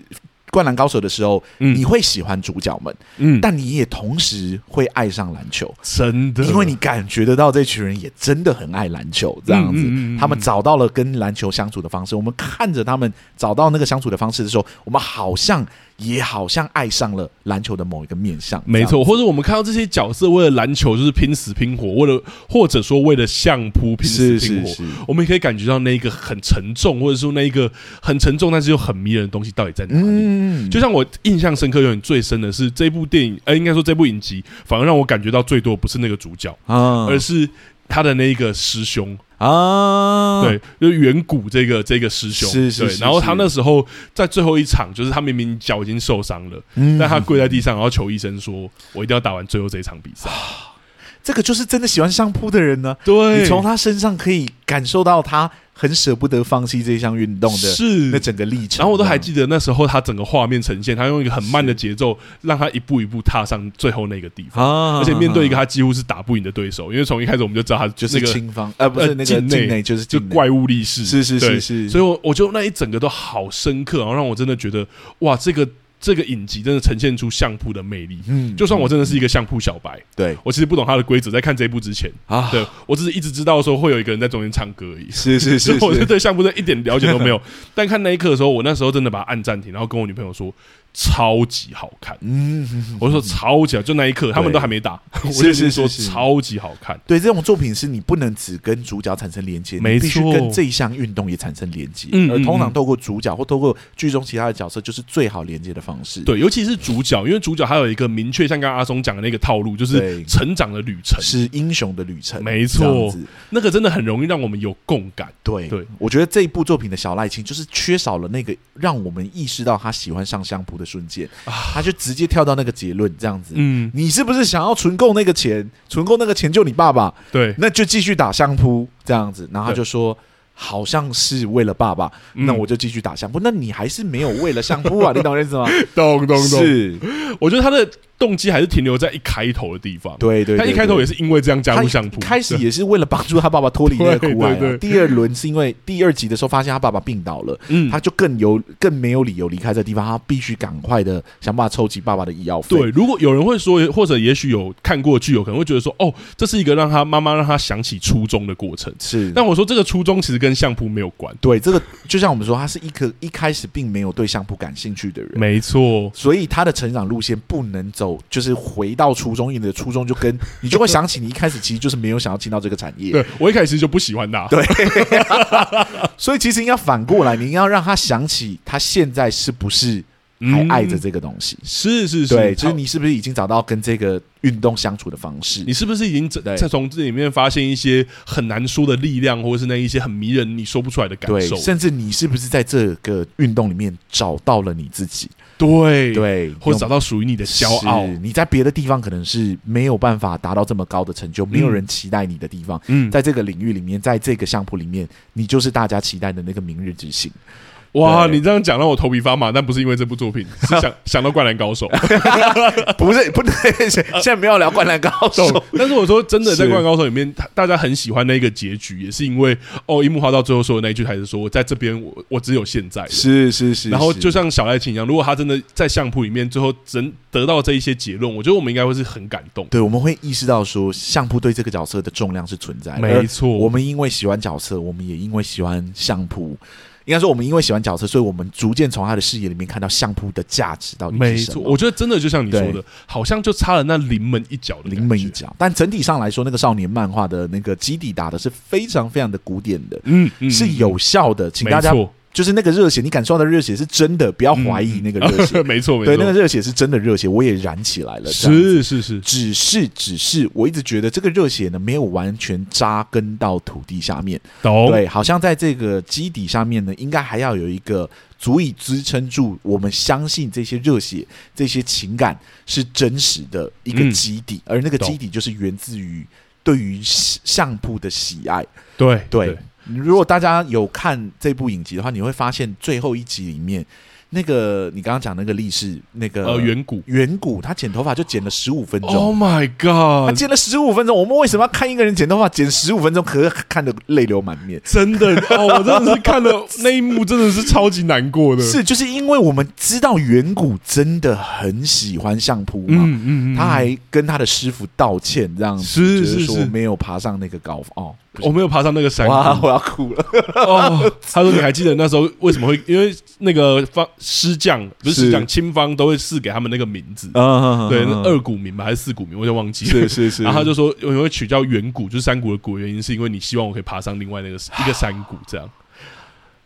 Speaker 1: 灌篮高手的时候，
Speaker 2: 嗯
Speaker 1: 你会喜欢主角们，
Speaker 2: 嗯，
Speaker 1: 但你也同时会爱上篮球。
Speaker 2: 真的，
Speaker 1: 因为你感觉得到这群人也真的很爱篮球，这样子，
Speaker 2: 嗯嗯嗯嗯
Speaker 1: 他们找到了跟篮球相处的方式。我们看着他们找到那个相处的方式的时候，我们好像也好像爱上了篮球的某一个面向。
Speaker 2: 没
Speaker 1: 这样，
Speaker 2: 错，或者我们看到这些角色为了篮球就是拼死拼活，为了或者说为了相扑拼死
Speaker 1: 是
Speaker 2: 拼
Speaker 1: 是
Speaker 2: 活，
Speaker 1: 是，
Speaker 2: 我们也可以感觉到那一个很沉重，或者说那一个很沉重但是又很迷人的东西到底在哪里。
Speaker 1: 嗯，
Speaker 2: 就像我印象深刻、有点最深的是这部电影，呃，应该说这部影集，反而让我感觉到最多不是那个主角，
Speaker 1: 啊
Speaker 2: 而是他的那一个师兄，
Speaker 1: 啊，
Speaker 2: 对，就是远古这个这个师兄，
Speaker 1: 是是
Speaker 2: 对
Speaker 1: 是
Speaker 2: 然后
Speaker 1: 是
Speaker 2: 他那时候在最后一场，就是他明明脚已经受伤了，
Speaker 1: 嗯，
Speaker 2: 但他跪在地上，然后求医生说：“我一定要打完最后这一场比
Speaker 1: 啊
Speaker 2: 赛。
Speaker 1: 这个就是真的喜欢相扑的人呢”。
Speaker 2: 对，
Speaker 1: 你从他身上可以感受到他很舍不得放弃这项运动的
Speaker 2: 是
Speaker 1: 那整个历程。
Speaker 2: 然后我都还记得那时候他整个画面呈现，他用一个很慢的节奏，让他一步一步踏上最后那个地方，
Speaker 1: 啊，
Speaker 2: 而且面对一个他几乎是打不赢的对手，因为从一开始我们就知道他
Speaker 1: 就是
Speaker 2: 那个
Speaker 1: 清方，呃，不是
Speaker 2: 呃
Speaker 1: 那个
Speaker 2: 境内
Speaker 1: 境内，就是
Speaker 2: 就
Speaker 1: 境内
Speaker 2: 怪物力士，
Speaker 1: 是是
Speaker 2: 对
Speaker 1: 是是，
Speaker 2: 所以我我就那一整个都好深刻，然后让我真的觉得哇，这个这个影集真的呈现出相扑的魅力。
Speaker 1: 嗯
Speaker 2: 就算我真的是一个相扑小白，
Speaker 1: 对
Speaker 2: 我其实不懂它的规则，在看这一部之前，
Speaker 1: 啊，
Speaker 2: 对我只是一直知道说会有一个人在中间唱歌而已。
Speaker 1: 是是
Speaker 2: 所
Speaker 1: 是，
Speaker 2: 以我就是对相扑真的一点了解都 没有。但看那一刻的时候，我那时候真的把它按暂停，然后跟我女朋友说超级好看。
Speaker 1: 嗯，
Speaker 2: 我就说超级好，就那一刻他们都还没打，我
Speaker 1: 是
Speaker 2: 就是已经说
Speaker 1: 是是
Speaker 2: 超级好看。
Speaker 1: 对，这种作品是你不能只跟主角产生连接，
Speaker 2: 没
Speaker 1: 你必须
Speaker 2: 错
Speaker 1: 跟这一项运动也产生连接，
Speaker 2: 嗯
Speaker 1: 而通
Speaker 2: 嗯
Speaker 1: 常
Speaker 2: 嗯
Speaker 1: 透过主角或透过剧中其他的角色，就是最好连接的方式。，
Speaker 2: 对，尤其是主角，因为主角还有一个明确，像刚刚阿松讲的那个套路，就
Speaker 1: 对
Speaker 2: 是成长的旅程，
Speaker 1: 是英雄的旅程，
Speaker 2: 没
Speaker 1: 这样
Speaker 2: 错
Speaker 1: 子，
Speaker 2: 那个真的很容易让我们有共感。
Speaker 1: 对
Speaker 2: 对，
Speaker 1: 我觉得这一部作品的小赖青就是缺少了那个让我们意识到他喜欢上相扑的瞬间，他就直接跳到那个结论，这样子。
Speaker 2: 啊嗯，
Speaker 1: 你是不是想要存够那个钱？存够那个钱救你爸爸，
Speaker 2: 对，
Speaker 1: 那就继续打相扑这样子。然后他
Speaker 2: 对
Speaker 1: 就说，好像是为了爸爸，
Speaker 2: 嗯
Speaker 1: 那我就继续打相扑。那你还是没有为了相 扑啊？ 你懂我意思吗？
Speaker 2: 咚咚咚，
Speaker 1: 是，
Speaker 2: 我觉得他的动机还是停留在一开头的地方。
Speaker 1: 对对对
Speaker 2: 他一开头也
Speaker 1: 是
Speaker 2: 是因为这样加入相扑，
Speaker 1: 开始
Speaker 2: 对
Speaker 1: 也是为了帮助他爸爸脱离那个苦海、啊
Speaker 2: 对对对。
Speaker 1: 第二轮是因为第二集的时候发现他爸爸病倒了。
Speaker 2: 嗯
Speaker 1: 他，就更有更没有理由离开这地方，他必须赶快的想办法凑齐爸爸的医药费。
Speaker 2: 对，如果有人会说，或者也许有看过剧，有可能会觉得说，哦，这是一个让他妈妈让他想起初衷的过程。
Speaker 1: 是，
Speaker 2: 但我说这个初衷其实跟相扑没有关，
Speaker 1: 对这个就像我们说，他是一个一开始并没有对相扑感兴趣的人。
Speaker 2: 没错，
Speaker 1: 所以他的成长路线不能走，就是回到初中，因为你的初中就跟你就会想起你一开始其实就是没有想要进到这个产业，
Speaker 2: 对我一开始就不喜欢他，
Speaker 1: 所以其实应该反过来，你应该要让他想起他现在是不是还爱着
Speaker 2: 嗯，
Speaker 1: 这个东西，
Speaker 2: 是是是，
Speaker 1: 对，就是
Speaker 2: 好
Speaker 1: 你是不是已经找到跟这个运动相处的方式
Speaker 2: 你？是不是已经在
Speaker 1: 对
Speaker 2: 在从这里面发现一些很难说的力量，或者是那一些很迷人你说不出来的感
Speaker 1: 对，
Speaker 2: 受？
Speaker 1: 甚至你是不是在这个运动里面找到了你自己？
Speaker 2: 对，
Speaker 1: 对，
Speaker 2: 或者找到属于你的骄傲
Speaker 1: 是。你在别的地方可能是没有办法达到这么高的成就，没有人期待你的地方，
Speaker 2: 嗯，
Speaker 1: 在这个领域里面，在这个相扑里面，你就是大家期待的那个明日之 星。
Speaker 2: 哇，
Speaker 1: 对
Speaker 2: 你这样讲让我头皮发麻，但不是因为这部 作品，是想想到《灌篮高手》
Speaker 1: 不是，不对，现在没有聊灌篮高
Speaker 2: 懂。 但是我说真的，在《
Speaker 1: 是
Speaker 2: 灌篮高手》里面，他大家很喜欢那个结局，也是因为哦，樱木花到最后说的那一句台词：“说我在这边，我我只有现在。”
Speaker 1: 是是是，
Speaker 2: 然后
Speaker 1: 是
Speaker 2: 就像小赖琴一样，如果他真的在相扑里面最后真得到这一些结论，我觉得我们应该会是很感动。
Speaker 1: 对，我们会意识到说，相扑对这个角色的重量是存在的。
Speaker 2: 没错，
Speaker 1: 我们因为喜欢角色，我们也因为喜欢相扑。应该说，我们因为喜欢角色，所以我们逐渐从他的视野里面看到相扑的价值到底
Speaker 2: 没
Speaker 1: 是什
Speaker 2: 错，
Speaker 1: 么
Speaker 2: 我。觉得真的就像你说的，好像就差了那临门一脚的感觉
Speaker 1: 临门一。脚，但整体上来说，那个少年漫画的那个基底打的是非常非常的古典的，
Speaker 2: 嗯，嗯
Speaker 1: 是有效的，请大家
Speaker 2: 没错
Speaker 1: 就是那个热血，你感受到的热血是真的，不要怀疑那个热血。
Speaker 2: 没嗯错，没
Speaker 1: 对，
Speaker 2: 错，
Speaker 1: 那个热血是真的热血，我也燃起来了。这样
Speaker 2: 是是是，
Speaker 1: 只是，只是，我一直觉得这个热血呢，没有完全扎根到土地下面。
Speaker 2: 懂
Speaker 1: 对，好像在这个基底下面呢，应该还要有一个足以支撑住我们相信这些热血、这些情感是真实的一个
Speaker 2: 嗯
Speaker 1: 基底，而那个
Speaker 2: 懂
Speaker 1: 基底就是源自于对于相扑的喜爱。
Speaker 2: 对
Speaker 1: 对，如果大家有看这部影集的话，你会发现最后一集里面，那个你刚刚讲那个力士，那个
Speaker 2: 呃，远古
Speaker 1: 远古，他剪头发就剪了十五分钟。
Speaker 2: ，Oh my
Speaker 1: 他
Speaker 2: God，
Speaker 1: 剪了十五分钟，我们为什么要看一个人剪头发剪十五分钟？可是看得泪流满面。
Speaker 2: 真的哦，我真的是看 了那一幕，真的是超级难过的。
Speaker 1: 是，就是因为我们知道远古真的很喜欢相扑嘛，
Speaker 2: 嗯
Speaker 1: 他还跟他的师傅道歉，这样子
Speaker 2: 是
Speaker 1: 就是说
Speaker 2: 是哎嗯
Speaker 1: 没有爬上那个高峰哦。
Speaker 2: 我没有爬上那个山谷
Speaker 1: 哇，我要哭了！
Speaker 2: 哦。他说：“你还记得那时候为什么会？因为那个方师匠不是
Speaker 1: 是
Speaker 2: 师匠，亲方都会赐给他们那个名字，
Speaker 1: 嗯
Speaker 2: 对，那二股名吧还是四股名，我有点忘记了。
Speaker 1: 是是是，
Speaker 2: 然后他就说，我会取叫远谷，就是山谷的谷，原因是因为你希望我可以爬上另外那个一个山谷，这样。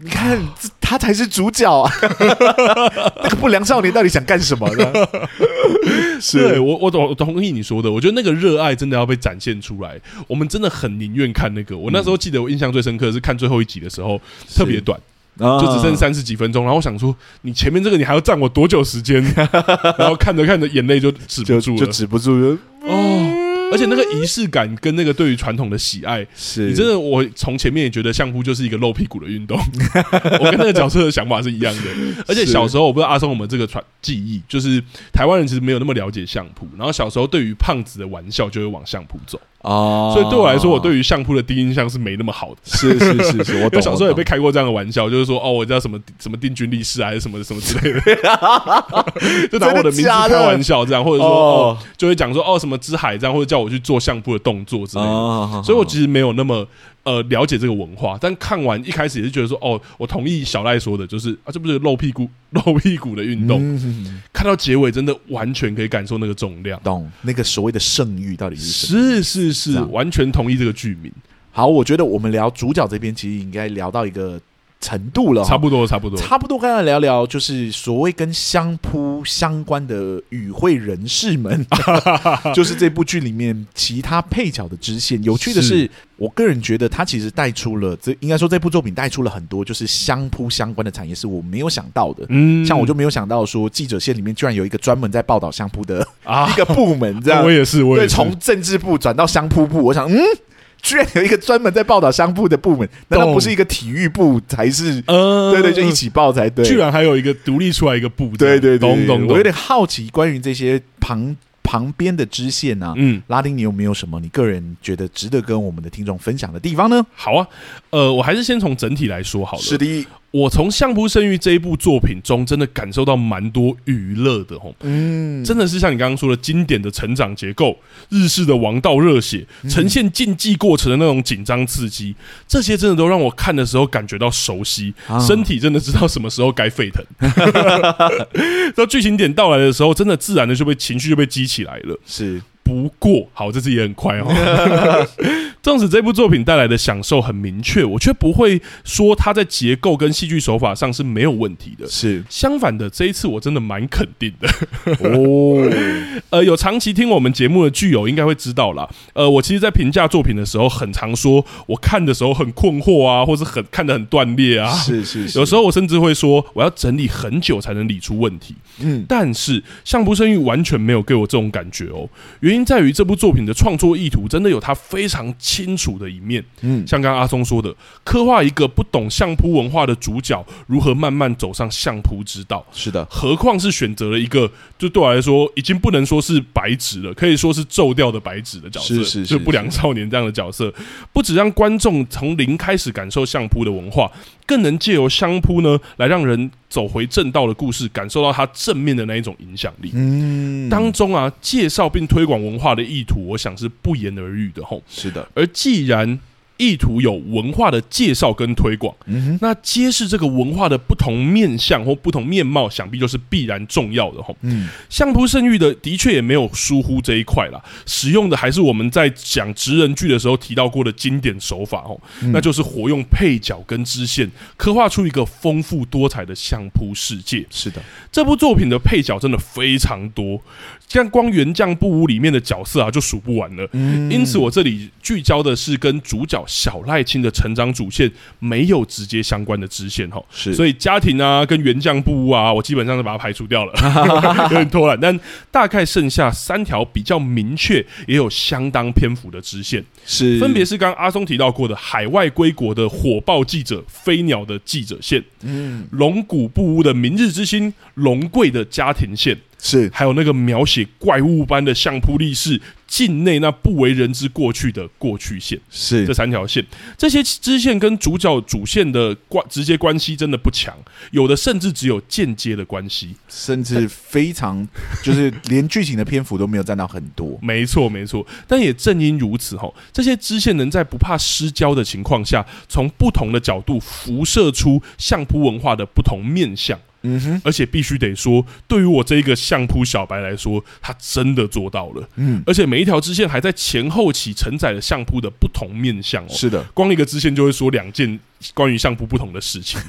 Speaker 1: 你看，这他才是主角啊！ 那个不良少年到底想干什么 呢？
Speaker 2: 对我，我懂，我同意你说的。我觉得那个热爱真的要被展现出来。我们真的很宁愿看那个。我那时候记得，我印象最深刻的是看最后一集的时候，特别短，
Speaker 1: 啊
Speaker 2: 就只剩三十几分钟。然后我想说，你前面这个你还要占我多久 时间？然后看着看着，眼泪就止不
Speaker 1: 就
Speaker 2: 住
Speaker 1: 就
Speaker 2: 了。
Speaker 1: 止不住了，
Speaker 2: 哦，而且那个仪式感跟那个对于传统的喜爱，
Speaker 1: 是
Speaker 2: 你真的，我从前面也觉得相扑就是一个露屁股的运动， 我跟那个角色的想法是一 样的。而且小时候，我不知道阿松我们这个传记忆，就是台湾人其实没有那么了解相扑，然后小时候对于胖子的玩笑就会往相扑走，
Speaker 1: 啊，
Speaker 2: 所以对我来说，我对于相扑的第一印象是没那么好的。
Speaker 1: 是是是是，我
Speaker 2: 因为
Speaker 1: 懂。
Speaker 2: 小时候也
Speaker 1: 我懂
Speaker 2: 被开过这样的玩笑，就是说哦，我叫什么什么定军力士啊还是什么什么之类 的，就拿
Speaker 1: 真
Speaker 2: 我的名
Speaker 1: 的
Speaker 2: 字
Speaker 1: 假
Speaker 2: 开
Speaker 1: 的
Speaker 2: 玩笑这样，或者说
Speaker 1: 哦
Speaker 2: 哦，就会讲说哦什么之海这样，或者叫我去做相扑的动作之类的。
Speaker 1: 啊，
Speaker 2: 所以我其实没有那么呃了解这个文化，但看完一开始也是觉得说哦，我同意小赖说的，就是啊，这不是露屁股 露屁股的运动，
Speaker 1: 嗯
Speaker 2: 看到结尾真的完全可以感受那个重量。
Speaker 1: 懂那个所谓的圣域到底是什么？
Speaker 2: 是是是
Speaker 1: 这，样
Speaker 2: 完全同意这个剧名，
Speaker 1: 好，我觉得我们聊主角这边，其实应该聊到一个程度了哦，
Speaker 2: 差不多差不多。
Speaker 1: 差不多跟他聊聊，就是所谓跟相扑相关的与会人士 们，就是这部剧里面其他配角的支线。有趣的是，
Speaker 2: 是
Speaker 1: 我个人觉得他其实带出了这，应该说这部作品带出了很多就是相扑相关的产业是我没有想到的。
Speaker 2: 嗯
Speaker 1: 像我就没有想到说，记者线里面居然有一个专门在报道相扑的
Speaker 2: 啊
Speaker 1: 一，个部门，这样
Speaker 2: 我也是，我也
Speaker 1: 对，
Speaker 2: 是
Speaker 1: 从政治部转到相扑部，我想，嗯，居然有一个专门在报道相扑的部门，难道
Speaker 2: 懂
Speaker 1: 不是一个体育部才是？
Speaker 2: 呃，
Speaker 1: 对对，就一起报才对。
Speaker 2: 居然还有一个独立出来一个部，
Speaker 1: 对对对，
Speaker 2: 懂
Speaker 1: 对
Speaker 2: 懂
Speaker 1: 我有
Speaker 2: 懂，
Speaker 1: 点好奇关于这些旁旁边的支线啊。
Speaker 2: 嗯，
Speaker 1: 拉丁，你有没有什么你个人觉得值得跟我们的听众分享的地方呢？
Speaker 2: 好啊，呃，我还是先从整体来说好了。
Speaker 1: 的，
Speaker 2: 我从《相扑圣域》这一部作品中，真的感受到蛮多娱乐的吼，
Speaker 1: 嗯，
Speaker 2: 真的是像你刚刚说的经典的成长结构，日式的王道热血，
Speaker 1: 嗯
Speaker 2: 呈现竞技过程的那种紧张刺激，这些真的都让我看的时候感觉到熟悉，
Speaker 1: 啊
Speaker 2: 身体真的知道什么时候该沸腾。 到剧情点到来的时候，真的自然的就被情绪就被激起来了。
Speaker 1: 是
Speaker 2: 不过，好，这次也很快 哦。纵使这部作品带来的享受很明确，我却不会说它在结构跟戏剧手法上是没有问题的。
Speaker 1: 是
Speaker 2: 相反的，这一次我真的蛮肯定的。
Speaker 1: 哦，
Speaker 2: 呃，有长期听我们节目的剧友应该会知道啦。呃，我其实，在评价作品的时候，很常说我看的时候很困惑啊，或是很看得很断裂啊。
Speaker 1: 是是是，
Speaker 2: 有时候我甚至会说，我要整理很久才能理出问题。
Speaker 1: 嗯
Speaker 2: 但是《相扑圣域》完全没有给我这种感觉哦。原因在于这部作品的创作意图真的有它非常清楚的一面，
Speaker 1: 嗯，
Speaker 2: 像刚刚阿松说的，刻画一个不懂相扑文化的主角如何慢慢走上相扑之道。
Speaker 1: 是的，
Speaker 2: 何况是选择了一个，就对我来说已经不能说是白纸了，可以说是皱掉的白纸的角色，
Speaker 1: 是是是
Speaker 2: 就不良少年这样的角色，不只让观众从零开始感受相扑的文化，更能借由相扑呢，来让人走回正道的故事，感受到它正面的那一种影响力。
Speaker 1: 嗯，
Speaker 2: 当中啊，介绍并推广文化的意图，我想是不言而喻的吼。
Speaker 1: 是的，
Speaker 2: 而既然意图有文化的介绍跟推广，
Speaker 1: 嗯哼，
Speaker 2: 那揭示这个文化的不同面相或不同面貌，想必就是必然重要的吼。
Speaker 1: 嗯，
Speaker 2: 相扑圣域的的确也没有疏忽这一块啦，使用的还是我们在讲职人剧的时候提到过的经典手法哦，
Speaker 1: 嗯
Speaker 2: 那就是活用配角跟支线，刻画出一个丰富多彩的相扑世界。
Speaker 1: 是的，
Speaker 2: 这部作品的配角真的非常多，像光原将不屋里面的角色啊就数不完了。
Speaker 1: 嗯
Speaker 2: 因此，我这里聚焦的是跟主角小赖青的成长主线没有直接相关的支线哈，
Speaker 1: 是，
Speaker 2: 所
Speaker 1: 以
Speaker 2: 以家庭啊跟原将不屋啊，我基本上是把它排除掉 了，有点偷懒。但大概剩下三条比较明确，也有相当篇幅的支线，
Speaker 1: 是
Speaker 2: 分别是刚刚阿松提到过的海外归国的火爆记者飞鸟的记者线，
Speaker 1: 嗯
Speaker 2: 龙骨不屋的明日之星龙贵的家庭线。
Speaker 1: 是
Speaker 2: 还有那个描写怪物般的相扑力士境内那不为人知过去的过去线，这
Speaker 1: 是
Speaker 2: 三条线，这些支线跟主角主线的关直接关系真的不强，有的甚至只有间接的关系。
Speaker 1: 甚至非常 就是连剧情的篇幅都没有占到很多，
Speaker 2: 没错，没错。但也正因如此，吼，这些支线能在不怕失焦的情况下，从不同的角度辐射出相扑文化的不同面相。
Speaker 1: 嗯哼，
Speaker 2: 而且必须得说，对于我这一个相扑小白来说，他真的做到了。
Speaker 1: 嗯，
Speaker 2: 而且每一条支线还在前后期承载了相扑的不同面相哦。
Speaker 1: 是的，
Speaker 2: 光一个支线就会说两件关于相扑不同的事 情。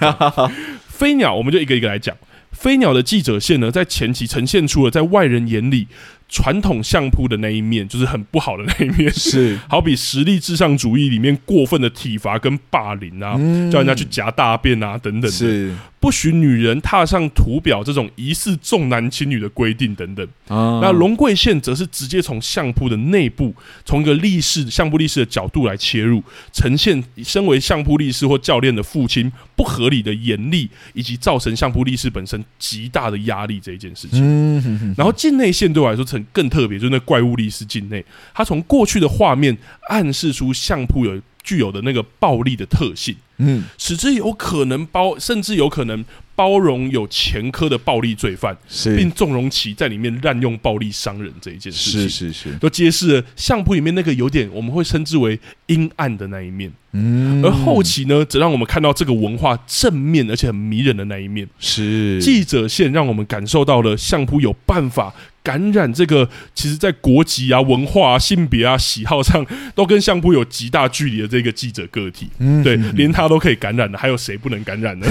Speaker 2: 飞鸟，我们就一个一个来讲。飞鸟的记者线呢，在前期呈现出了在外人眼里传统相扑的那一面，就是很不好的那一 面，
Speaker 1: 是
Speaker 2: 好比实力至上主义里面过分的体罚跟霸凌啊，
Speaker 1: 嗯
Speaker 2: 叫人家去夹大便啊等等的，
Speaker 1: 是
Speaker 2: 不许女人踏上土表这种疑似重男轻女的规定等等。
Speaker 1: 啊
Speaker 2: 那龙贵线则是直接从相扑的内部，从一个力士相扑力士的角度来切入，呈现身为相扑力士或教练的父亲不合理的严厉，以及造成相扑力士本身极大的压力这一件事情。
Speaker 1: 嗯哼哼
Speaker 2: 然后境内线对我来说呈成更特别，就是那怪物丽丝境内，它从过去的画面暗示出相扑有具有的那个暴力的特性，
Speaker 1: 嗯，
Speaker 2: 使之有可能包，甚至有可能包容有前科的暴力罪犯，并
Speaker 1: 是
Speaker 2: 纵容其在里面滥用暴力伤人这一件事情。
Speaker 1: 是是是，
Speaker 2: 都揭示了相扑里面那个有点我们会称之为阴暗的那一面，
Speaker 1: 嗯，
Speaker 2: 而后期呢，则让我们看到这个文化正面而且很迷人的那一面。
Speaker 1: 是
Speaker 2: 记者线让我们感受到了相扑有办法感染这个，其实在国籍啊、文化啊、性别啊、喜好上都跟相扑有极大距离的这个记者个体。
Speaker 1: 嗯
Speaker 2: 对，
Speaker 1: 嗯
Speaker 2: 连他都可以感染的，还有谁不能感 染呢？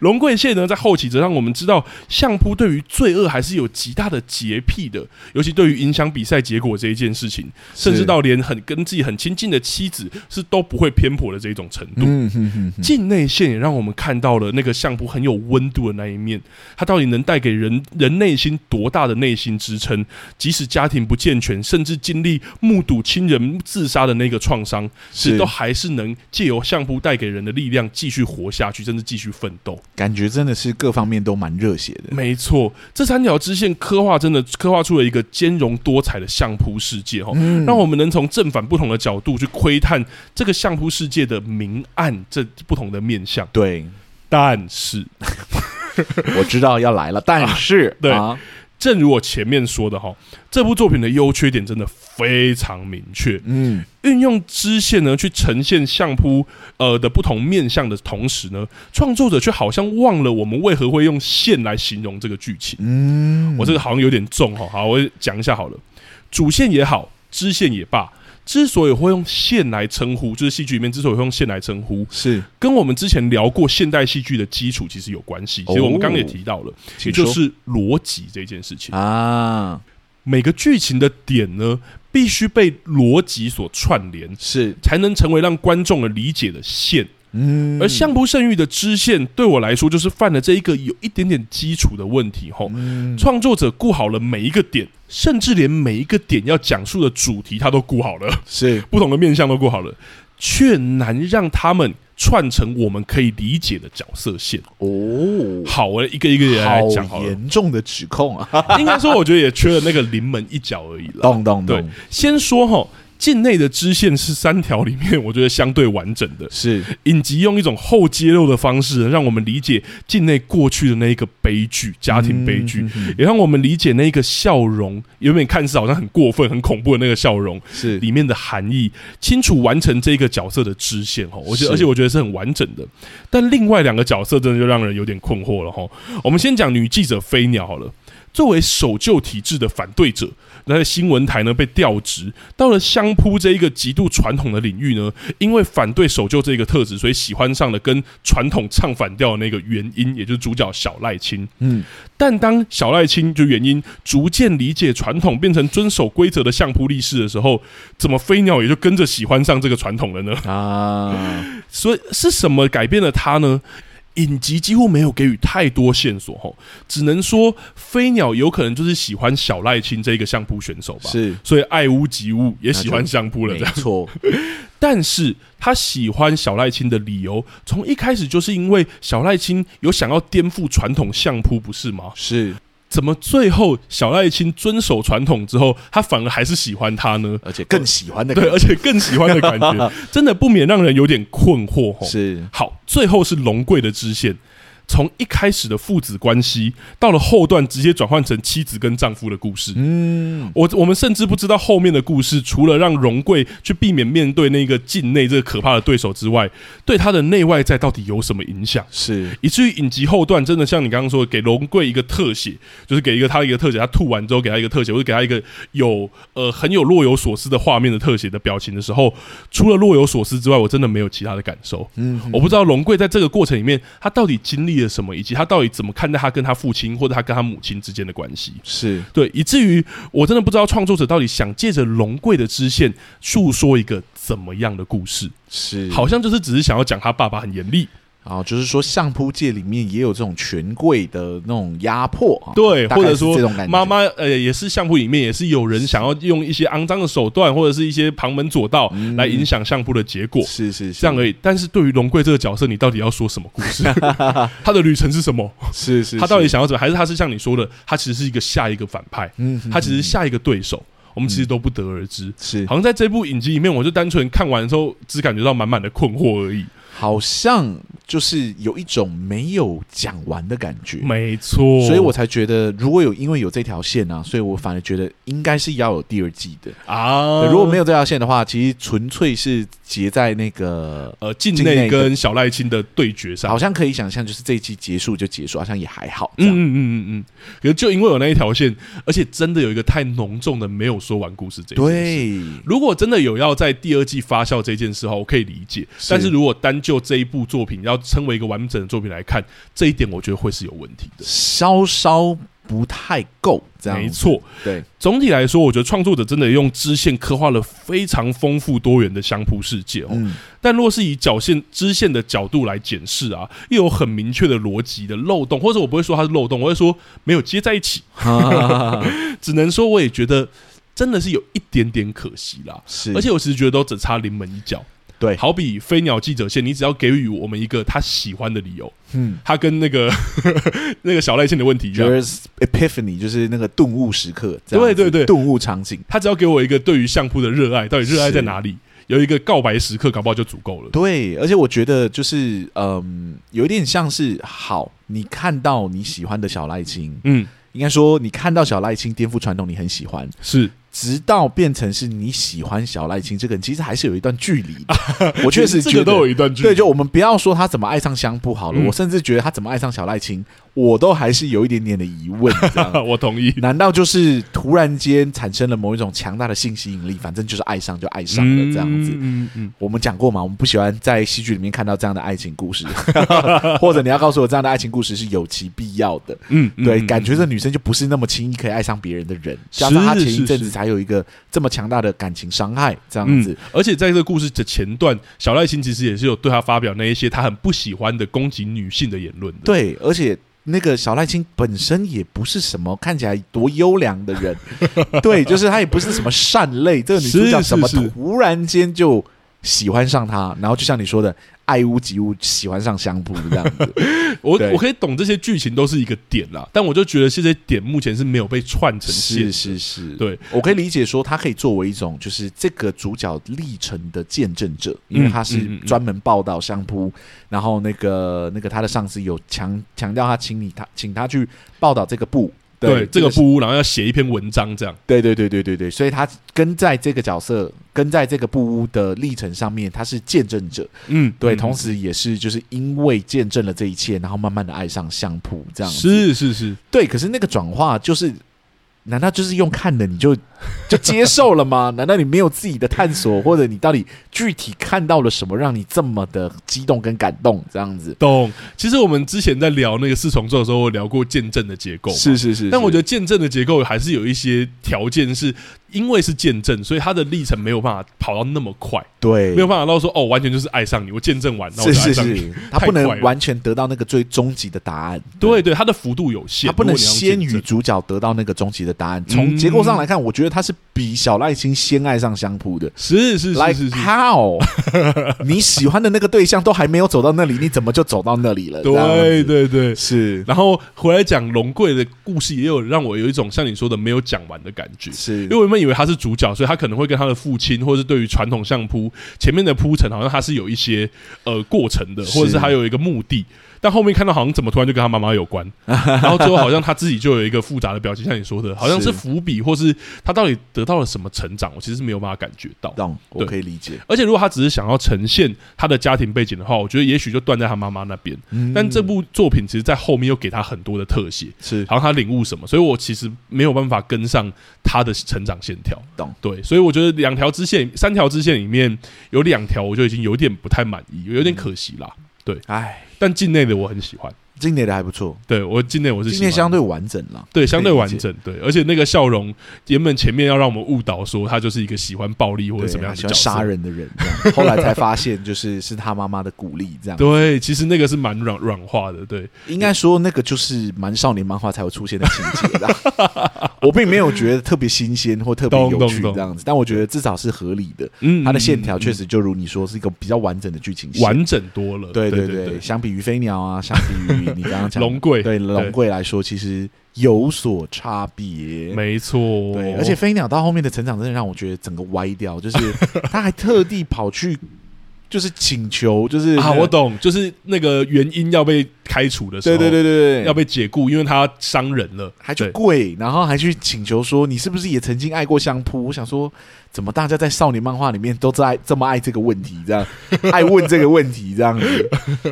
Speaker 2: 龙贵蟹呢，在后期则让我们知道，相扑对于罪恶还是有极大的洁癖的，尤其对于影响比赛结果这一件事情，甚至到连很跟自己很亲近的妻子是都不会偏颇的这一种程度。
Speaker 1: 嗯嗯嗯嗯
Speaker 2: 境内线也让我们看到了那个相扑很有温度的那一面，它到底能带给人人内心多大的内心支撑？即使家庭不健全，甚至经历目睹亲人自杀的那个创伤，是
Speaker 1: 是
Speaker 2: 都还是能借由相扑带给人的力量继续活下去，甚至继续奋斗。
Speaker 1: 感觉真的是各方面都蛮热血的，
Speaker 2: 没错，这三条支线刻画真的刻画出了一个兼容多彩的相扑世界哈，
Speaker 1: 嗯
Speaker 2: 让我们能从正反不同的角度去窥探这个相扑世界的明暗这不同的面相。
Speaker 1: 对，
Speaker 2: 但是，
Speaker 1: 我知道要来了，但是
Speaker 2: 对
Speaker 1: 啊
Speaker 2: 正如我前面说的哈，这部作品的优缺点真的非常明确。
Speaker 1: 嗯，
Speaker 2: 运用支线呢去呈现相扑呃的不同面向的同时呢，创作者却好像忘了我们为何会用线来形容这个剧情。
Speaker 1: 嗯，
Speaker 2: 我这个好像有点重哈，好，我讲一下好了。主线也好，支线也罢，之所以会用线来称呼，就是戏剧里面之所以会用线来称呼，
Speaker 1: 是，
Speaker 2: 跟我们之前聊过现代戏剧的基础其实有关系。其实我们刚刚也提到了，也
Speaker 1: 哦请
Speaker 2: 就
Speaker 1: 说
Speaker 2: 是逻辑这件事情。
Speaker 1: 啊，
Speaker 2: 每个剧情的点呢，必须被逻辑所串联，
Speaker 1: 是，
Speaker 2: 才能成为让观众的理解的线。
Speaker 1: 嗯，
Speaker 2: 而相扑圣域的支线，对我来说就是犯了这一个有一点点基础的问题吼。
Speaker 1: 嗯
Speaker 2: 创作者顾好了每一个点，甚至连每一个点要讲述的主题他都顾好了，
Speaker 1: 是
Speaker 2: 不同的面向都顾好了，却难让他们串成我们可以理解的角色线。
Speaker 1: 哦，
Speaker 2: 好，我一个一个来讲好
Speaker 1: 好
Speaker 2: 了。
Speaker 1: 严 重的指控啊，
Speaker 2: 应该说，我觉得也缺了那个临门一脚而已啦。
Speaker 1: 咚咚咚，
Speaker 2: 先说哈，境内的支线是三条里面我觉得相对完整的，
Speaker 1: 是
Speaker 2: 影集用一种后揭露的方式，让我们理解境内过去的那一个悲剧，家庭悲剧。，
Speaker 1: 嗯嗯嗯
Speaker 2: 也让我们理解那个笑容，有点看似好像很过分、很恐怖的那个笑容
Speaker 1: 是
Speaker 2: 里面的含义，清楚完成这个角色的支线哦。我觉得，
Speaker 1: 是
Speaker 2: 而且我觉得是很完整的。但另外两个角色真的就让人有点困惑了哈。我们先讲女记者飞鸟好了。作为守旧体制的反对者，那在新闻台呢被调职，到了相扑这一个极度传统的领域呢，因为反对守旧这个特质，所以喜欢上了跟传统唱反调的那个原因，也就是主角小赖青。
Speaker 1: 嗯，
Speaker 2: 但当小赖青就原因逐渐理解传统，变成遵守规则的相扑力士的时候，怎么飞鸟也就跟着喜欢上这个传统了呢？
Speaker 1: 啊，
Speaker 2: 所以是什么改变了他呢？影集几乎没有给予太多线索，吼，只能说飞鸟有可能就是喜欢小赖青这个相扑选手吧，
Speaker 1: 是
Speaker 2: 所以爱屋及乌，也喜欢相扑了
Speaker 1: 没
Speaker 2: 这样。
Speaker 1: 错，
Speaker 2: 但是他喜欢小赖青的理由，从一开始就是因为小赖青有想要颠覆传统相扑，不是吗？
Speaker 1: 是，
Speaker 2: 怎么最后小赖青遵守传统之后，他反而还是喜欢他呢？
Speaker 1: 而且更喜欢的感
Speaker 2: 对，
Speaker 1: 觉，
Speaker 2: 而且更喜欢的感 觉，真的不免让人有点困惑吼。
Speaker 1: 是
Speaker 2: 好，最后是龙贵的支线，从一开始的父子关系，到了后段直接转换成妻子跟丈夫的故事。
Speaker 1: 嗯，
Speaker 2: 我我们甚至不知道后面的故事，除了让荣贵去避免面对那个境内这个可怕的对手之外，对他的内外在到底有什么影响？
Speaker 1: 是
Speaker 2: 以至于影集后段真的像你刚刚说的，给龙贵一个特写，就是给一个他一个特写，他吐完之后给他一个特写，或者给他一个有呃很有若有所思的画面的特写的表情的时候，除了若有所思之外，我真的没有其他的感受。
Speaker 1: 嗯，
Speaker 2: 我不知道龙贵在这个过程里面，他到底经历了什么，以及他到底怎么看待他跟他父亲或者他跟他母亲之间的关系。
Speaker 1: 是
Speaker 2: 对，以至于我真的不知道创作者到底想借着龙贵的支线诉说一个怎么样的故事，
Speaker 1: 是
Speaker 2: 嗯好像就是只是想要讲他爸爸很严厉，
Speaker 1: 啊，就是说相扑界里面也有这种权贵的那种压迫啊，
Speaker 2: 对，
Speaker 1: 大
Speaker 2: 或
Speaker 1: 概
Speaker 2: 者
Speaker 1: 是
Speaker 2: 说
Speaker 1: 这种感觉
Speaker 2: 妈妈呃也是相扑里面也是有人想要用一些肮脏的手段或者是一些旁门左道
Speaker 1: 嗯
Speaker 2: 来影响相扑的结果，
Speaker 1: 是是是
Speaker 2: 这样而已。但是对于龙贵这个角色，你到底要说什么故 事？他的旅程是什么？
Speaker 1: 是是，
Speaker 2: 他到底
Speaker 1: 是
Speaker 2: 想要怎么？还是他是像你说的，他其实是一个下一个反派，
Speaker 1: 嗯嗯
Speaker 2: 他其实是下一个对手，我们其实都不得而知。
Speaker 1: 是
Speaker 2: 好像在这部影集里面，我就单纯看完之后，只感觉到满满的困惑而已。
Speaker 1: 好像就是有一种没有讲完的感觉。
Speaker 2: 没错，
Speaker 1: 所以我才觉得，如果有因为有这条线啊，所以我反而觉得应该是要有第二季的。
Speaker 2: 啊
Speaker 1: 对，如果没有这条线的话，其实纯粹是结在那个，
Speaker 2: 呃境
Speaker 1: 境
Speaker 2: 内
Speaker 1: 内的
Speaker 2: 跟小赖青的对决上
Speaker 1: 好，像可以想象，就是这一季结束就结束，好像也还好。这
Speaker 2: 嗯
Speaker 1: 样，
Speaker 2: 嗯嗯嗯嗯，可是就因为有那一条线，而且真的有一个太浓重的没有说完故事这一件事。
Speaker 1: 对，
Speaker 2: 如果真的有要在第二季发酵这件事的话，我可以理解。
Speaker 1: 是
Speaker 2: 但是如果单就这一部作品要称为一个完整的作品来看，这一点我觉得会是有问题的。
Speaker 1: 稍稍不太够，这样
Speaker 2: 没，错，
Speaker 1: 对，
Speaker 2: 总体来说，我觉得创作者真的用支线刻画了非常丰富多元的相扑世界哦。
Speaker 1: 嗯，
Speaker 2: 但若是以角线支线的角度来检视啊，又有很明确的逻辑的漏洞，或者我不会说它是漏洞，我会说没有接在一起。 只能说我也觉得真的是有一点点可惜啦。
Speaker 1: 是，
Speaker 2: 而且我其实觉得都只差临门一脚。
Speaker 1: 对
Speaker 2: 好比飞鸟记者线，你只要给予我们一个他喜欢的理由，
Speaker 1: 嗯
Speaker 2: 他跟那个 那个小赖线的问题一样，
Speaker 1: ，There's epiphany，就是那个顿悟时刻，这样
Speaker 2: 对
Speaker 1: 子
Speaker 2: 对对
Speaker 1: 顿悟场景，
Speaker 2: 他只要给我一个对于相扑的热爱，到底热爱在哪里，有一个告白时刻，搞不好就足够了。
Speaker 1: 对，而且我觉得就是，嗯，有一点像是好，你看到你喜欢的小赖青，
Speaker 2: 嗯，
Speaker 1: 应该说你看到小赖青颠覆传统，你很喜欢，
Speaker 2: 是
Speaker 1: 直到变成是你喜欢小赖青这个人，其实还是有一段距离的。 我确实
Speaker 2: 这
Speaker 1: 觉
Speaker 2: 个
Speaker 1: 得
Speaker 2: 都有一段距离，
Speaker 1: 对，就我们不要说他怎么爱上香布好了，
Speaker 2: 嗯
Speaker 1: 我甚至觉得他怎么爱上小赖青，我都还是有一点点的疑 问。这样
Speaker 2: 啊我同意。
Speaker 1: 难道就是突然间产生了某一种强大的性吸引力？反正就是爱上就爱上了这样子。
Speaker 2: 嗯嗯嗯，
Speaker 1: 我们讲过嘛，我们不喜欢在戏剧里面看到这样的爱情故事， 或者你要告诉我这样的爱情故事是有其必要的。
Speaker 2: 嗯，嗯
Speaker 1: 对，
Speaker 2: 嗯
Speaker 1: 感觉
Speaker 2: 嗯
Speaker 1: 这女生就不是那么轻易可以爱上别人的人，
Speaker 2: 是
Speaker 1: 加上她前
Speaker 2: 是
Speaker 1: 一阵子
Speaker 2: 是
Speaker 1: 才有一个这么强大的感情伤害，这样子
Speaker 2: 嗯，而且在这个故事的前段，小赖青其实也是有对他发表那一些他很不喜欢的攻击女性的言论的。
Speaker 1: 对，而且。那个小赖青本身也不是什么看起来多优良的人， 对，就是她也不是什么善类。这个女主角
Speaker 2: 是是
Speaker 1: 怎么
Speaker 2: 是
Speaker 1: 突然间就喜欢上他？然后就像你说的，爱屋及乌，喜欢上香布这样子。
Speaker 2: 我
Speaker 1: 对
Speaker 2: 我可以懂这些剧情都是一个点啦，但我就觉得这些点目前是没有被串成线
Speaker 1: 是是
Speaker 2: 的。
Speaker 1: 是，
Speaker 2: 对，
Speaker 1: 我可以理解说，他可以作为一种就是这个主角历程的见证者，因为他
Speaker 2: 嗯嗯
Speaker 1: 是
Speaker 2: 嗯
Speaker 1: 专门报道相扑，然后那个那个他的上司有强强调他请你他请他去报道这个部，
Speaker 2: 对这个
Speaker 1: 部，
Speaker 2: 不屋，然后要写一篇文章这样。
Speaker 1: 对对对对对对，所以他跟在这个角色跟在这个部屋的历程上面，他是见证者，
Speaker 2: 嗯，
Speaker 1: 对，
Speaker 2: 嗯
Speaker 1: 同时也是就是因为见证了这一切，然后慢慢的爱上相扑这样子，
Speaker 2: 是是是，
Speaker 1: 对，可是那个转化就是，难道就是用看的你就 就接受了吗？难道你没有自己的探索，或者你到底具体看到了什么，让你这么的激动跟感动？这样子，
Speaker 2: 懂。其实我们之前在聊那个四重奏的时候，我聊过见证的结构嘛。
Speaker 1: 是是
Speaker 2: 但我觉
Speaker 1: 得
Speaker 2: 得见证的结构还是有一些条件，是因为是见证，所以它的历程没有办法跑到那么快，
Speaker 1: 对，
Speaker 2: 没有办法到说哦，完全就是爱上你，我见证完，那我
Speaker 1: 是
Speaker 2: 就爱
Speaker 1: 是
Speaker 2: 上你。
Speaker 1: 是，他
Speaker 2: 太
Speaker 1: 不
Speaker 2: 快
Speaker 1: 能
Speaker 2: 了
Speaker 1: 完全得到那个最终极的答案，
Speaker 2: 对对，它的幅度有限，
Speaker 1: 他不
Speaker 2: 如
Speaker 1: 能
Speaker 2: 果你要
Speaker 1: 先
Speaker 2: 见
Speaker 1: 于
Speaker 2: 证
Speaker 1: 主角得到那个终极的答案。
Speaker 2: 嗯
Speaker 1: 从结构上来看，我觉得他是比小赖星先爱上香扑的。
Speaker 2: 是是是
Speaker 1: Like
Speaker 2: 是是，
Speaker 1: how？你喜欢的那个对象都还没有走到那里，你怎么就走到那里 了？这样
Speaker 2: 对
Speaker 1: 子，
Speaker 2: 对 对。
Speaker 1: 是
Speaker 2: 然后回来讲龙贵的故事，也有让我有一种像你说的没有讲完的感觉。
Speaker 1: 是
Speaker 2: 因为我们以为他是主角，所以他可能会跟他的父亲，或是对于传统相扑前面的铺陈，好像他是有一些呃过程的，
Speaker 1: 是
Speaker 2: 或者是他有一个目的。但后面看到好像怎么突然就跟他妈妈有关，然后最后好像他自己就有一个复杂的表情，像你说的，好像是
Speaker 1: 是
Speaker 2: 伏笔，或是他到底得到了什么成长，我其实是没有办法感觉到。
Speaker 1: 懂，我
Speaker 2: 对
Speaker 1: 可以理解。
Speaker 2: 而且如果他只是想要呈现他的家庭背景的话，我觉得也许就断在他妈妈那边。
Speaker 1: 嗯
Speaker 2: 但这部作品其实，在后面又给他很多的特写，
Speaker 1: 是
Speaker 2: 然后他领悟什么，所以我其实没有办法跟上他的成长线条。
Speaker 1: 懂
Speaker 2: 对，所以我觉得两条支线、三条支线里面有
Speaker 1: 嗯
Speaker 2: 两条，我就已经有点不太满意，有点可惜啦。
Speaker 1: 哎，
Speaker 2: 但境内的我很喜欢，
Speaker 1: 今年的还不错，
Speaker 2: 对我境内我是
Speaker 1: 今
Speaker 2: 喜欢
Speaker 1: 年
Speaker 2: 的
Speaker 1: 相对完整了。
Speaker 2: 对相对
Speaker 1: 可以
Speaker 2: 完
Speaker 1: 理解
Speaker 2: 整，对，而且那个笑容原本前面要让我们误导说他就是一个喜欢暴力或者
Speaker 1: 对，
Speaker 2: 什么样的
Speaker 1: 喜
Speaker 2: 角
Speaker 1: 欢
Speaker 2: 色
Speaker 1: 杀，人的人这样， 后来才发现就是是他妈妈的鼓励 这样。
Speaker 2: 对，其实那个是蛮软软化的，对，
Speaker 1: 应该说那个就是蛮少年漫画才会出现的情节啦。 我并没有觉得特别新鲜或特别
Speaker 2: 懂
Speaker 1: 有
Speaker 2: 懂
Speaker 1: 趣
Speaker 2: 懂
Speaker 1: 这样子，但我觉得至少是合理的。
Speaker 2: 嗯，
Speaker 1: 它的线条
Speaker 2: 嗯
Speaker 1: 确
Speaker 2: 嗯
Speaker 1: 实就如你说是一个比较完整的剧情线。
Speaker 2: 完整多了，
Speaker 1: 对
Speaker 2: 对
Speaker 1: 对
Speaker 2: 对，
Speaker 1: 相比于飞鸟啊，相比于你刚刚讲的
Speaker 2: 龙贵
Speaker 1: 对
Speaker 2: 对
Speaker 1: 龙贵来说，其实有所差别。
Speaker 2: 没错，
Speaker 1: 对，
Speaker 2: 哦
Speaker 1: 而且飞鸟到后面的成长，真的让我觉得整个歪掉，就是 他还特地跑去，就是请求，就是
Speaker 2: 啊，我，懂，就是那个原因要被开除的时
Speaker 1: 对
Speaker 2: 候，
Speaker 1: 对对对对，
Speaker 2: 要被解雇，因为他伤人了，
Speaker 1: 还去
Speaker 2: 对
Speaker 1: 跪，然后还去请求说你是不是也曾经爱过相扑？我想说，怎么大家在少年漫画里面都在这么爱这个问题，这 样爱问这个问题，这样子，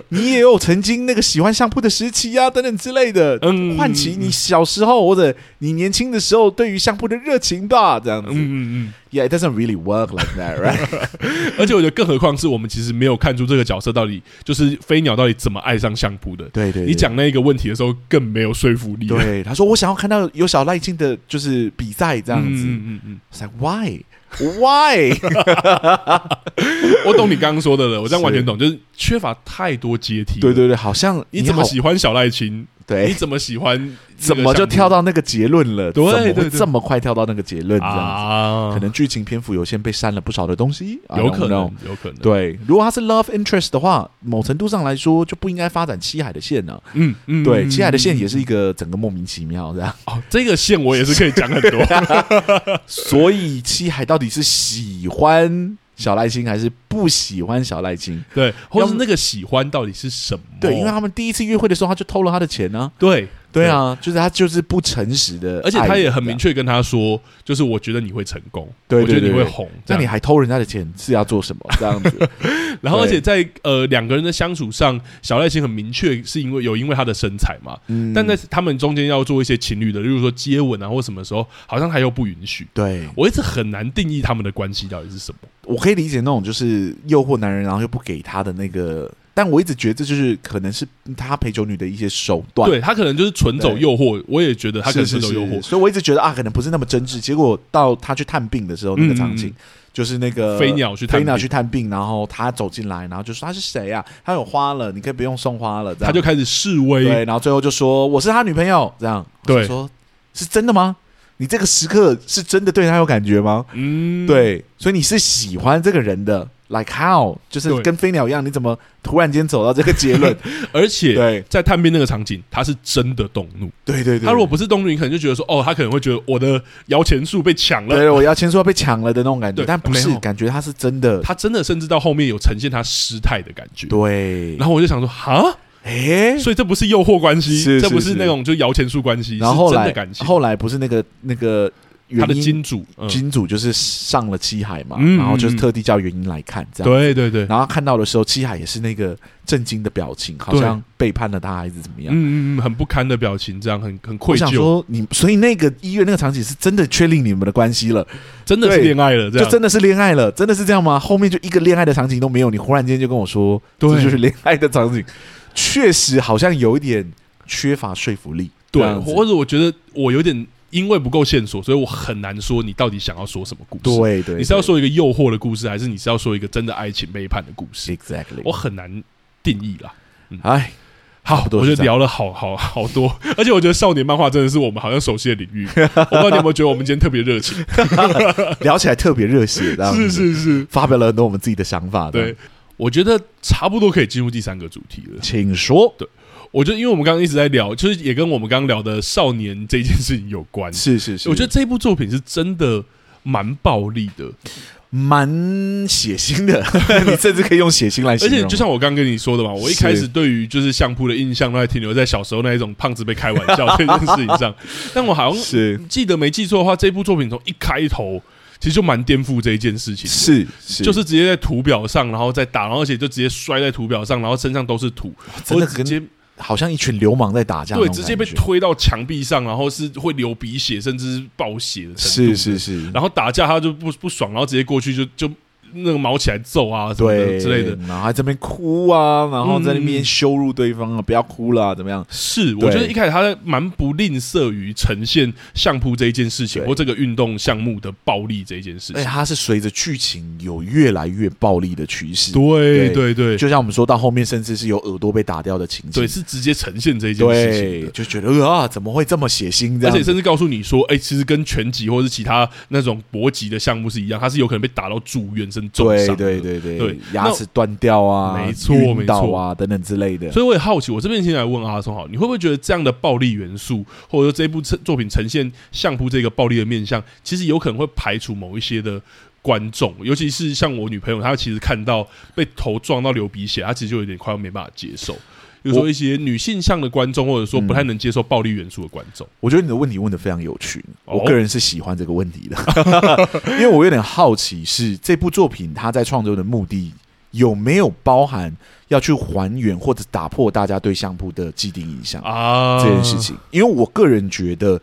Speaker 1: 你也有曾经那个喜欢相扑的时期啊，等等之类的，
Speaker 2: 嗯
Speaker 1: 唤起你小时候或者你年轻的时候对于相扑的热情吧，这样子。
Speaker 2: 嗯嗯
Speaker 1: Yeah, it doesn't really work like that, right?
Speaker 2: 嗯， 而且我觉得，更何况是我们其实没有看出这个角色到底就是飞鸟到底怎么爱上相扑的。
Speaker 1: 对对对
Speaker 2: 你讲那个问题的时候，更没有说服力了。
Speaker 1: 对，他说我想要看到有小赖静的，就是比赛这
Speaker 2: 这
Speaker 1: 样子。
Speaker 2: 嗯嗯嗯，
Speaker 1: 我想 why why？
Speaker 2: 嗯我懂你刚刚说的了，我这样完全
Speaker 1: 是
Speaker 2: 懂，就是缺乏太多阶梯。
Speaker 1: 对，对对，好像
Speaker 2: 你怎么
Speaker 1: 好
Speaker 2: 喜欢小赖琴？
Speaker 1: 对
Speaker 2: 你怎么喜欢？
Speaker 1: 怎么就跳到那个结论了？
Speaker 2: 对
Speaker 1: 怎么会
Speaker 2: 对对
Speaker 1: 这么快跳到那个结论？这样子，
Speaker 2: 啊？
Speaker 1: 可能剧情篇幅有限，被删了不少的东西，I
Speaker 2: 有可
Speaker 1: don't know
Speaker 2: 能。，有可能。，
Speaker 1: 对，如果他是 love interest 的话，某程度上来说就不应该发展七海的线呢、
Speaker 2: 嗯嗯，
Speaker 1: 对，
Speaker 2: 嗯
Speaker 1: 七海的线也是一个整个莫名其妙 这样，
Speaker 2: 哦，这个线我也是可以 讲很多。
Speaker 1: 啊所以七海到底是喜欢小赖星还是不喜欢小赖星？
Speaker 2: 对，或
Speaker 1: 要
Speaker 2: 是
Speaker 1: 么
Speaker 2: 那个喜欢到底是什么？
Speaker 1: 对，因为他们第一次约会的时候，他就偷了他的钱呢、
Speaker 2: 对
Speaker 1: 哦对，啊，就是他就是不诚实的爱人，
Speaker 2: 而且他也很明
Speaker 1: 确。
Speaker 2: 确跟他说，就是我觉得你会成功，
Speaker 1: 对
Speaker 2: 我觉得
Speaker 1: 对
Speaker 2: 你
Speaker 1: 对
Speaker 2: 会
Speaker 1: 对啊
Speaker 2: 红，这
Speaker 1: 那你
Speaker 2: 样。
Speaker 1: 还偷人家的钱是要做什么？这样 子，
Speaker 2: 然后，
Speaker 1: 对
Speaker 2: 而且在呃两个人的相处上，小赖星很明确是因为有因为他的身材嘛，
Speaker 1: 嗯
Speaker 2: 但在他们中间要做一些情侣的，例如说接吻啊或什么时候，好像他又不允许。
Speaker 1: 对
Speaker 2: 我一直很难定义他们的关系到底是什么。
Speaker 1: 我可以理解那种就是诱惑男人，然后又不给他的那个。但我一直觉得这就是可能是他陪酒女的一些手段，
Speaker 2: 对他可能就是纯走
Speaker 1: 对
Speaker 2: 诱惑，我也觉得他可能
Speaker 1: 是
Speaker 2: 纯
Speaker 1: 是
Speaker 2: 走诱
Speaker 1: 是，
Speaker 2: 惑。
Speaker 1: 所以我一直觉得啊，可能不是那么真挚。结果到他去探病的时候，那个场景、
Speaker 2: 嗯嗯
Speaker 1: 就是那个
Speaker 2: 飞鸟去探
Speaker 1: 飞鸟
Speaker 2: 病
Speaker 1: 去探病，然后他走进来，然后就说他是谁啊？他有花了，你可以不用送花了。这
Speaker 2: 他
Speaker 1: 样
Speaker 2: 就开始示威，
Speaker 1: 对，然后最后就说我是他女朋友，这样
Speaker 2: 对
Speaker 1: 我想说是真的吗？你这个时刻是真的对他有感觉吗？
Speaker 2: 嗯，
Speaker 1: 对，所以你是喜欢这个人的，like how，就是
Speaker 2: 对
Speaker 1: 跟飞鸟一样，你怎么突然间走到这个结 论？
Speaker 2: 而且
Speaker 1: 对，
Speaker 2: 在探病那个场景，他是真的动怒。
Speaker 1: 对对对，
Speaker 2: 他如果不是动怒，你可能就觉得说，哦，他可能会觉得我的摇钱树被抢了。
Speaker 1: 对我要签说被抢了的那种感觉，
Speaker 2: 对
Speaker 1: 但不
Speaker 2: 没
Speaker 1: 是，
Speaker 2: 有
Speaker 1: 感觉他是真的，
Speaker 2: 他真的甚至到后面有呈现他失态的感觉。
Speaker 1: 对，
Speaker 2: 然后我就想说，哈，
Speaker 1: 哎，
Speaker 2: 所以这不是诱惑关系，
Speaker 1: 是
Speaker 2: 这不
Speaker 1: 是
Speaker 2: 是
Speaker 1: 是
Speaker 2: 那种就摇钱树关系，
Speaker 1: 然后后
Speaker 2: 是真
Speaker 1: 来
Speaker 2: 的感情。
Speaker 1: 后来不是那个那个原
Speaker 2: 他的
Speaker 1: 因
Speaker 2: 金主，嗯、
Speaker 1: 金主就是上了七海嘛，
Speaker 2: 嗯
Speaker 1: 然后就是
Speaker 2: 嗯嗯
Speaker 1: 特地叫原因来看这样。
Speaker 2: 对对对，
Speaker 1: 然后看到的时候，七海也是那个震惊的表情，好
Speaker 2: 对
Speaker 1: 像背叛了他还是怎么样。
Speaker 2: 嗯嗯嗯，很不堪的表情，这样很很
Speaker 1: 啊我
Speaker 2: 愧
Speaker 1: 想
Speaker 2: 疚，
Speaker 1: 说你，所以那个医院那个场景是真的确定你们的关系了，
Speaker 2: 真的是
Speaker 1: 对
Speaker 2: 恋爱了，这
Speaker 1: 就
Speaker 2: 样
Speaker 1: 真的是恋爱了，真的是这样吗？后面就一个恋爱的场景都没有，你忽然间就跟我说，
Speaker 2: 对
Speaker 1: 这就是恋爱的场景，确实好像有一点缺乏说服力。这
Speaker 2: 对，
Speaker 1: 样子
Speaker 2: 或者我觉得我有点因为不够线索，所以我很难说你到底想要说什么故事。
Speaker 1: 对对，
Speaker 2: 你是要
Speaker 1: 对
Speaker 2: 说一个诱惑的故事，还是你是要说一个真的爱情背叛的故事？我
Speaker 1: exactly？
Speaker 2: 很难定义啦。
Speaker 1: 哎，
Speaker 2: 好
Speaker 1: 不，多
Speaker 2: 我
Speaker 1: 是
Speaker 2: 就
Speaker 1: 这样
Speaker 2: 聊了好好好多，而且我觉得少年漫画真的是我们好像熟悉的领 域。我不知道你有没有觉得我们今天特别热情？
Speaker 1: 聊起来特别热血，这样子
Speaker 2: 是是是，
Speaker 1: 发表了很多我们自己的想法。这样
Speaker 2: 对，，我觉得差不多可以进入第三个主题了。
Speaker 1: 请说。
Speaker 2: 我觉得，因为我们刚刚一直在聊，就是也跟我们刚刚聊的少年这件事情有关。
Speaker 1: 是是是，
Speaker 2: 我觉得这部作品是真的蛮暴力的，
Speaker 1: 蛮血腥 的，你甚至可以用血腥来
Speaker 2: 而
Speaker 1: 形容。
Speaker 2: 且就像我刚跟你说的嘛，我一
Speaker 1: 是
Speaker 2: 开始对于就是相扑的印象都还停留在小时候那一种胖子被开玩 笑这件事情上，但我好像
Speaker 1: 是
Speaker 2: 记得没记错的话，这部作品从一开头其实就蛮颠覆这一件事情，
Speaker 1: 是是，
Speaker 2: 就是直接在图表上，然后再打，然后而且就直接摔在图表上，然后身上都是土，
Speaker 1: 真的
Speaker 2: 或者直
Speaker 1: 跟
Speaker 2: 接
Speaker 1: 好像一群流氓在打架那种
Speaker 2: 对，
Speaker 1: 感觉，
Speaker 2: 直接被推到墙壁上，然后是会流鼻血甚至是爆血的程度
Speaker 1: 是
Speaker 2: 的
Speaker 1: 是是，
Speaker 2: 然后打架他就不不爽，然后直接过去就就那个毛起来揍啊什么的之类的。，
Speaker 1: 然后还这边哭啊，然后在那边
Speaker 2: 嗯
Speaker 1: 羞辱对方啊，不要哭啦，怎么样？
Speaker 2: 是，
Speaker 1: 对
Speaker 2: 我觉得一开始他蛮不吝啬于呈现相扑这一件事情
Speaker 1: 对哎
Speaker 2: 或这个运动项目的暴力这一件事
Speaker 1: 而且
Speaker 2: 情。
Speaker 1: 它是随着剧情有越来越暴力的趋势，
Speaker 2: 对
Speaker 1: 对
Speaker 2: 对对
Speaker 1: 就像我们说到后面，甚至是有耳朵被打掉的情
Speaker 2: 对，
Speaker 1: 节，
Speaker 2: 是直接呈现这一件事情
Speaker 1: 对
Speaker 2: 的，。
Speaker 1: 就觉得啊，怎么会这么血腥这
Speaker 2: 而
Speaker 1: 样子？
Speaker 2: 且甚至告诉你说，哎、其实跟拳击或是其他那种搏击的项目是一样，他是有可能被打到住院甚至重
Speaker 1: 对
Speaker 2: 伤。
Speaker 1: 对。对对
Speaker 2: 对
Speaker 1: 牙齿断掉啊，
Speaker 2: 没错
Speaker 1: 晕倒啊等等之类的。
Speaker 2: 所以我也好奇，我这边先来问阿松好，你会不会觉得这样的暴力元素，或者说这部作作品呈现相扑这个暴力的面向，其实有可能会排除某一些的观众，尤其是像我女朋友，她其实看到被头撞到流鼻血，她其实就有点快要没办法接受。比如说一些女性向的观众，或者说不太能接受暴力元素的观众，
Speaker 1: 我觉得你的问题问的非常有趣，
Speaker 2: 哦
Speaker 1: 我个人是喜欢这个问题的， 因为我有点好奇是这部作品它在创作的目的有没有包含要去还原或者打破大家对相扑的既定印象
Speaker 2: 啊，
Speaker 1: 这件事情，因为我个人觉得。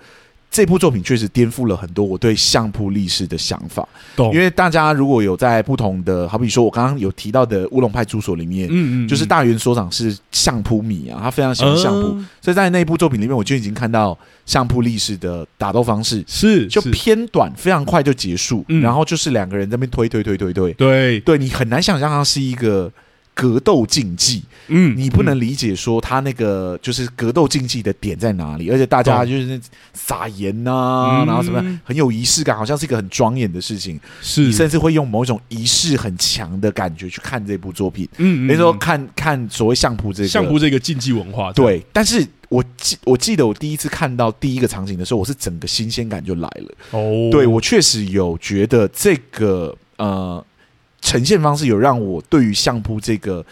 Speaker 1: 这部作品确实颠覆了很多我对相扑历史的想法，
Speaker 2: 懂，
Speaker 1: 因为大家如果有在不同的，好比说我刚刚有提到的乌龙派出所里面，
Speaker 2: 嗯嗯，
Speaker 1: 就是大原所长是相扑迷啊，他非常喜欢相扑，
Speaker 2: 嗯
Speaker 1: 所以在那部作品里面，我就已经看到相扑力士的打斗方式，
Speaker 2: 是
Speaker 1: 就是偏短，非常快就结束，
Speaker 2: 嗯
Speaker 1: 然后就是两个人在那边推推推推推，
Speaker 2: 对，
Speaker 1: 对你很难想象它是一个格斗竞技，
Speaker 2: 嗯
Speaker 1: 你不能理解说他那个就是格斗竞技的点在哪里，而且大家
Speaker 2: 懂
Speaker 1: 就是那撒盐呐、
Speaker 2: 嗯
Speaker 1: 啊然后什么样很有仪式感，好像是一个很庄严的事情，
Speaker 2: 是嗯
Speaker 1: 你甚至会用某一种仪式很强的感觉去看这部作品，
Speaker 2: 嗯，嗯
Speaker 1: 那时候
Speaker 2: 嗯
Speaker 1: 看看所谓相扑这个
Speaker 2: 相扑这个竞技文化，
Speaker 1: 对，但是我记我记得我第一次看到第一个场景的时候，我是整个新鲜感就来了。
Speaker 2: 哦，
Speaker 1: 对我确实有觉得这个呃呈现方式有让我对于相扑这个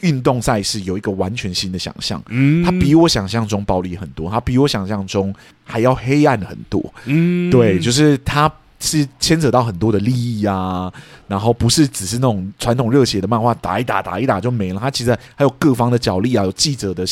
Speaker 1: 运动赛事有一个完全新的想象。
Speaker 2: 嗯，
Speaker 1: 它比我想象中暴力很多，它比我想象中还要黑暗很多。
Speaker 2: 嗯，
Speaker 1: 对，就是是它是牵扯到很多的利益啊，然后不是只是那种传统热血的漫画打一打打一打就没了，它其实还有各方的角力啊，有记者的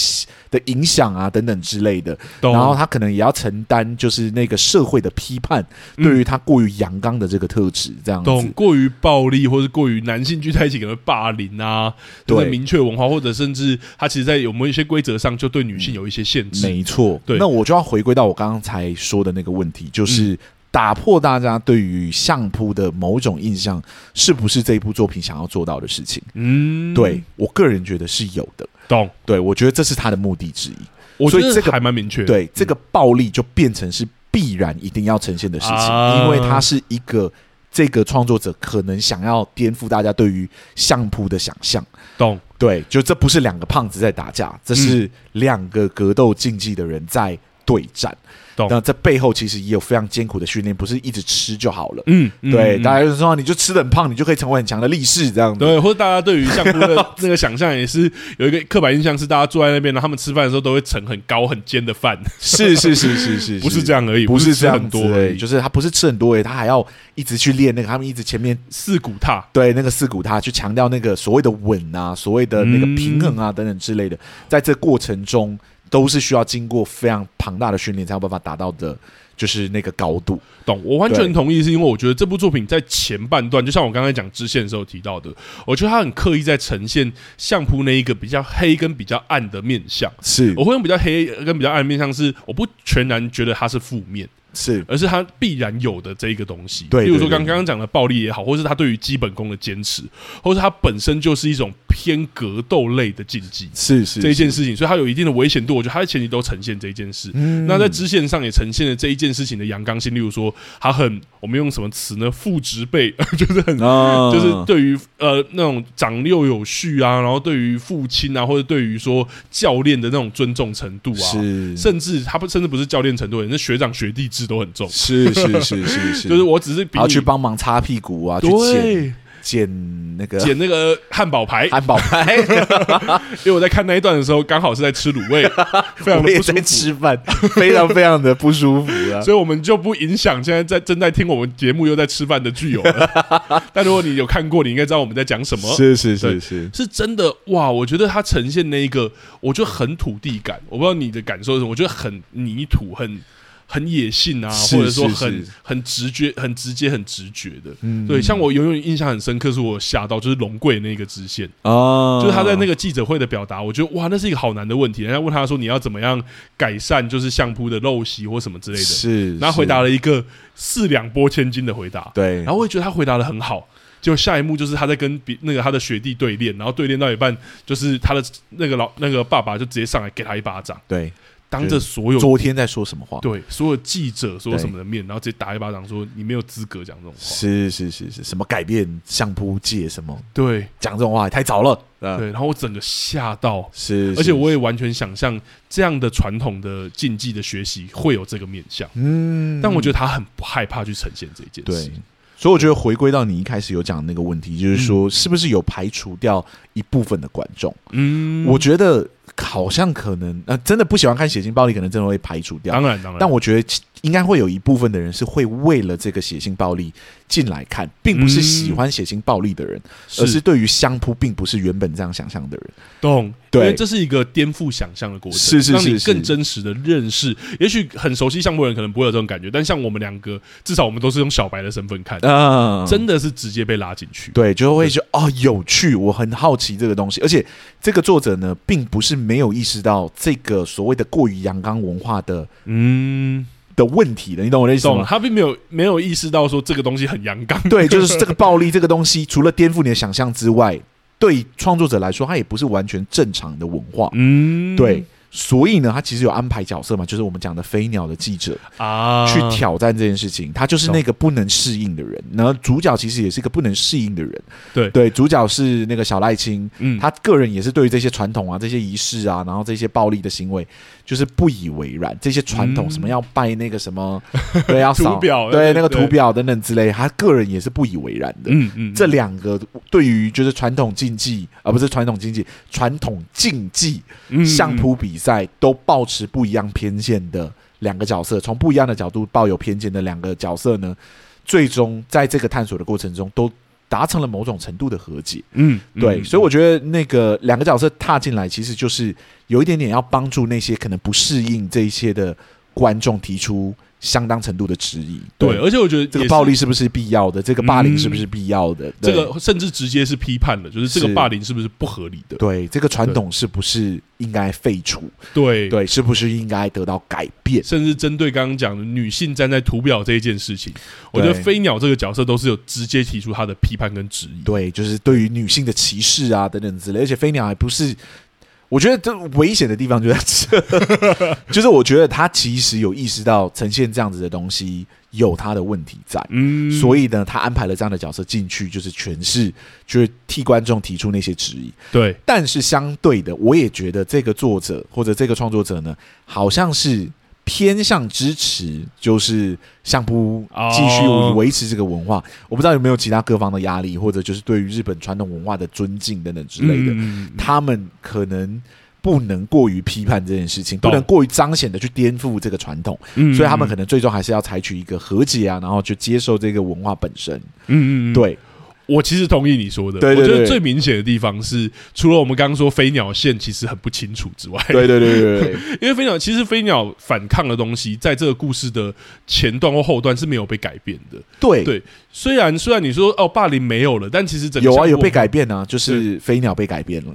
Speaker 1: 的影响啊等等之类的，然后他可能也要承担就是那个社会的批判，对于他过于阳刚的这个特质这样
Speaker 2: 懂
Speaker 1: 子。
Speaker 2: 过于暴力或者过于男性聚在一起可能会霸凌啊，
Speaker 1: 对
Speaker 2: 就是明确文化，或者甚至他其实在有某一些规则上就对女性有一些限制。
Speaker 1: 没错，
Speaker 2: 对嗯
Speaker 1: 那我就要回归到我刚刚才说的那个问题，就是。打破大家对于相扑的某种印象，是不是这部作品想要做到的事情？
Speaker 2: 嗯，
Speaker 1: 对，我个人觉得是有的。
Speaker 2: 懂。
Speaker 1: 对，我觉得这是他的目的之一。
Speaker 2: 我觉
Speaker 1: 所以
Speaker 2: 得
Speaker 1: 这个
Speaker 2: 还蛮明确。，
Speaker 1: 对，这个暴力就变成是必然一定要呈现的事情，
Speaker 2: 啊
Speaker 1: 因为它是一个这个创作者可能想要颠覆大家对于相扑的想象。
Speaker 2: 懂。
Speaker 1: 对，就这不是两个胖子在打架，这是两个格斗竞技的人在对战。
Speaker 2: 懂
Speaker 1: 那这背后其实也有非常艰苦的训练，不是一直吃就好了。
Speaker 2: 嗯，嗯
Speaker 1: 对，
Speaker 2: 嗯
Speaker 1: 大家就说你就吃的很胖，你就可以成为很强的力士这样子。
Speaker 2: 对，或者大家对于相扑的 那个想象也是有一个刻板印象，是大家坐在那边，然后他们吃饭的时候都会盛很高很尖的饭，
Speaker 1: 是是是是 是，
Speaker 2: 不是这样而已，
Speaker 1: 不是这
Speaker 2: 吃
Speaker 1: 样
Speaker 2: 很
Speaker 1: 子
Speaker 2: 多而
Speaker 1: 欸，
Speaker 2: 已，
Speaker 1: 就是他不是吃很多欸诶，他还要一直去练那个，他们一直前面
Speaker 2: 四股踏。
Speaker 1: 对那个四股他去强调那个所谓的稳啊，所谓的那
Speaker 2: 嗯
Speaker 1: 个平衡啊、等等之类的，在这过程中都是需要经过非常庞大的训练才有办法达到的，就是那个高度。
Speaker 2: 懂，我完全
Speaker 1: 对
Speaker 2: 同意，是因为我觉得这部作品在前半段，就像我刚才讲支线的时候提到的，我觉得他很刻意在呈现相扑那一个比较黑跟比较暗的面相。
Speaker 1: 是
Speaker 2: 我会用比较黑跟比较暗的面相，是我不全然觉得它是负面，
Speaker 1: 是，
Speaker 2: 而是它必然有的这一个东西。
Speaker 1: 对
Speaker 2: 例如说
Speaker 1: 对对
Speaker 2: 刚刚刚讲的暴力也好，或是他对于基本功的坚持，或是它本身就是一种偏格斗类的竞技
Speaker 1: 是是
Speaker 2: 这一件
Speaker 1: 事，
Speaker 2: 事情，所以它有一定的危险度。我觉得它的前提都呈现这一件事。
Speaker 1: 嗯
Speaker 2: 那在支线上也呈现了这一件事情的阳刚性，例如说，他很我们用什么词呢？父职辈，就是很。
Speaker 1: 啊
Speaker 2: 就是对于呃那种长幼有序啊，然后对于父亲啊，或者对于说教练的那种尊重程度啊，
Speaker 1: 是
Speaker 2: 甚至他不甚至不是教练程度，那学长学弟制都很重。
Speaker 1: 是是是 是是，
Speaker 2: 就是我只是比
Speaker 1: 还要
Speaker 2: 你
Speaker 1: 去帮忙擦屁股啊，去捡捡
Speaker 2: 对
Speaker 1: 那个
Speaker 2: 捡那个汉堡排，
Speaker 1: 汉堡排，
Speaker 2: 因为我在看那一段的时候，刚好是在吃卤 味，非常
Speaker 1: 我
Speaker 2: 的
Speaker 1: 也
Speaker 2: 不舒
Speaker 1: 在
Speaker 2: 服。
Speaker 1: 吃饭，非常非常的不舒服 啊。
Speaker 2: 所以我们就不影响现在在正在听我们节目又在吃饭的剧友了。 但如果你有看过，你应该知道我们在讲什么。
Speaker 1: 是是是
Speaker 2: 对
Speaker 1: 是，
Speaker 2: 是真的哇！我觉得它呈现那一个，我觉得很土地感。我不知道你的感受是什么，我觉得很泥土，很很野性啊，
Speaker 1: 是
Speaker 2: 或者说
Speaker 1: 是
Speaker 2: 很
Speaker 1: 是
Speaker 2: 很直觉、很直接、很直觉的。
Speaker 1: 嗯
Speaker 2: 对，像我永远印象很深刻，是我吓到就是龙贵那个支线，
Speaker 1: 啊，
Speaker 2: 就是他在那
Speaker 1: 个
Speaker 2: 个记者会的表达，我觉得哇，那是一个好难的问题。人家问他说你要怎么样改善就是相扑的陋习或什么之类的，
Speaker 1: 是，
Speaker 2: 然后回
Speaker 1: 是
Speaker 2: 答了一个四两拨千斤的回答，
Speaker 1: 对，
Speaker 2: 然后我也觉得他回答的很好。结果下一幕就是他在跟比那个他的学弟对练，然后对练到一半，就是他的那个老那个爸爸就直接上来给他一巴掌，
Speaker 1: 对
Speaker 2: 当着所有
Speaker 1: 昨天在说什么话？
Speaker 2: 对所有记者所有什么的面，然后直接打一巴掌说你没有资格讲这种话。
Speaker 1: 是是是是，什么改变相扑界什么
Speaker 2: 对
Speaker 1: 讲这种话也太早了，呃
Speaker 2: 对，然后我整个吓到，
Speaker 1: 是，
Speaker 2: 而且
Speaker 1: 是
Speaker 2: 我也完全想象这样的传统的竞技的学习会有这个面向，
Speaker 1: 嗯
Speaker 2: 但我觉得他很不害怕去呈现这件事
Speaker 1: 对。。所以我觉得回归到你一开始有讲的那个问题，就是说是不是有排除掉一部分的观众？
Speaker 2: 嗯
Speaker 1: 我觉得好像可能呃，真的不喜欢看血腥暴力，可能真的会排除掉。
Speaker 2: 当然当然，
Speaker 1: 但我觉得应该会有一部分的人是会为了这个血腥暴力进来看，并不是喜欢血腥暴力的人，而是对于相扑并不是原本这样想象的人。
Speaker 2: 懂，
Speaker 1: 对
Speaker 2: 因为这是一个颠覆想象的过程，
Speaker 1: 是是是
Speaker 2: 让你
Speaker 1: 是
Speaker 2: 更真实的认识。也许很熟悉相扑的人可能不会有这种感觉，但像我们两个，至少我们都是用小白的身份看，
Speaker 1: 啊，
Speaker 2: 真的是直接被拉进去。
Speaker 1: 对，就会觉得哦有趣，我很好奇这个东西。而且这个作者呢，并不是没有意识到这个所谓的过于阳刚文化的
Speaker 2: 嗯，
Speaker 1: 的问题的，你懂我的意思
Speaker 2: 懂。
Speaker 1: 吗？
Speaker 2: 他并没有没有意识到说这个东西很阳刚，
Speaker 1: 对，就是这个暴力这个东西，除了颠覆你的想象之外，对创作者来说，它也不是完全正常的文化。
Speaker 2: 嗯，
Speaker 1: 对，所以呢，他其实有安排角色嘛，就是我们讲的飞鸟的记者、
Speaker 2: 啊，
Speaker 1: 去挑战这件事情，他就是
Speaker 2: 懂
Speaker 1: 那个不能适应的人。然后主角其实也是一个不能适应的人，
Speaker 2: 对
Speaker 1: 对，主角是那个小赖青，
Speaker 2: 嗯，
Speaker 1: 他个人也是对于这些传统啊、这些仪式啊，然后这些暴力的行为，就是不以为然。这些传统
Speaker 2: 嗯
Speaker 1: 什么要拜那个什么， 对，要
Speaker 2: 图
Speaker 1: 扫
Speaker 2: 表
Speaker 1: 对
Speaker 2: 对
Speaker 1: 那个
Speaker 2: 对
Speaker 1: 图表等等之类，他个人也是不以为然的。
Speaker 2: 嗯嗯，
Speaker 1: 这两个对于就是传统竞技，而、不是传统经济，传统竞技
Speaker 2: 嗯
Speaker 1: 相扑比赛都抱持不一样偏见的两个角色，从不一样的角度抱有偏见的两个角色呢，最终在这个探索的过程中都达成了某种程度的和解。
Speaker 2: 嗯，嗯
Speaker 1: 对，
Speaker 2: 嗯
Speaker 1: 所以我觉得那个两个角色踏进来，其实就是有一点点要帮助那些可能不适应这一些的观众提出相当程度的质疑。
Speaker 2: 对，，而且我觉得
Speaker 1: 这个
Speaker 2: 也是
Speaker 1: 暴力。是不是必要的？这个霸凌
Speaker 2: 嗯
Speaker 1: 是不是必要的？
Speaker 2: 这
Speaker 1: 对
Speaker 2: 个甚至直接是批判了，就是这
Speaker 1: 是
Speaker 2: 个霸凌是不是不合理的？
Speaker 1: 对这个传统是不是应该废除？
Speaker 2: 对
Speaker 1: 对，是不是应该得到改变？
Speaker 2: 甚至针对刚刚讲的女性站在图表这一件事情，我觉得
Speaker 1: 对
Speaker 2: 飞鸟这个角色都是有直接提出他的批判跟质疑。
Speaker 1: 对，就是对于女性的歧视啊等等之类，而且飞鸟还不是。我觉得这危险的地方就在这，就是我觉得他其实有意识到呈现这样子的东西有他的问题在，
Speaker 2: 嗯
Speaker 1: 所
Speaker 2: 以
Speaker 1: 以呢，他安排了这样的角色进去，就是诠释，就是替观众提出那些质疑。
Speaker 2: 对，
Speaker 1: 但是相对的，我也觉得这个作者或者这个创作者呢，好像是偏向支持，就是相扑
Speaker 2: 哦
Speaker 1: 继续维持这个文化。我不知道有没有其他各方的压力，或者就是对于日本传统文化的尊敬等等之类的，
Speaker 2: 嗯
Speaker 1: 他们可能。不能过于批判这件事情，不
Speaker 2: 懂
Speaker 1: 能过于彰显的去颠覆这个传统，
Speaker 2: 嗯
Speaker 1: 所以他们可
Speaker 2: 能，
Speaker 1: 能最终还是要采取一个和解啊，然后去接受这个文化本身。
Speaker 2: 嗯嗯，嗯，
Speaker 1: 对，
Speaker 2: 我其实同意你说的。
Speaker 1: 对对
Speaker 2: 我觉
Speaker 1: 对
Speaker 2: 得最明显的地方是，除了我们刚刚说飞鸟线其实很不清楚之外，
Speaker 1: 对对对对对对，
Speaker 2: 因为飞鸟其实飞鸟反抗的东西，在这个故事的前段或后段是没有被改变的。
Speaker 1: 对
Speaker 2: 对虽然虽然你说哦霸凌没有了，但其实整个
Speaker 1: 有
Speaker 2: 相
Speaker 1: 啊，
Speaker 2: 扑
Speaker 1: 有被改变啊，就是飞鸟被改变了，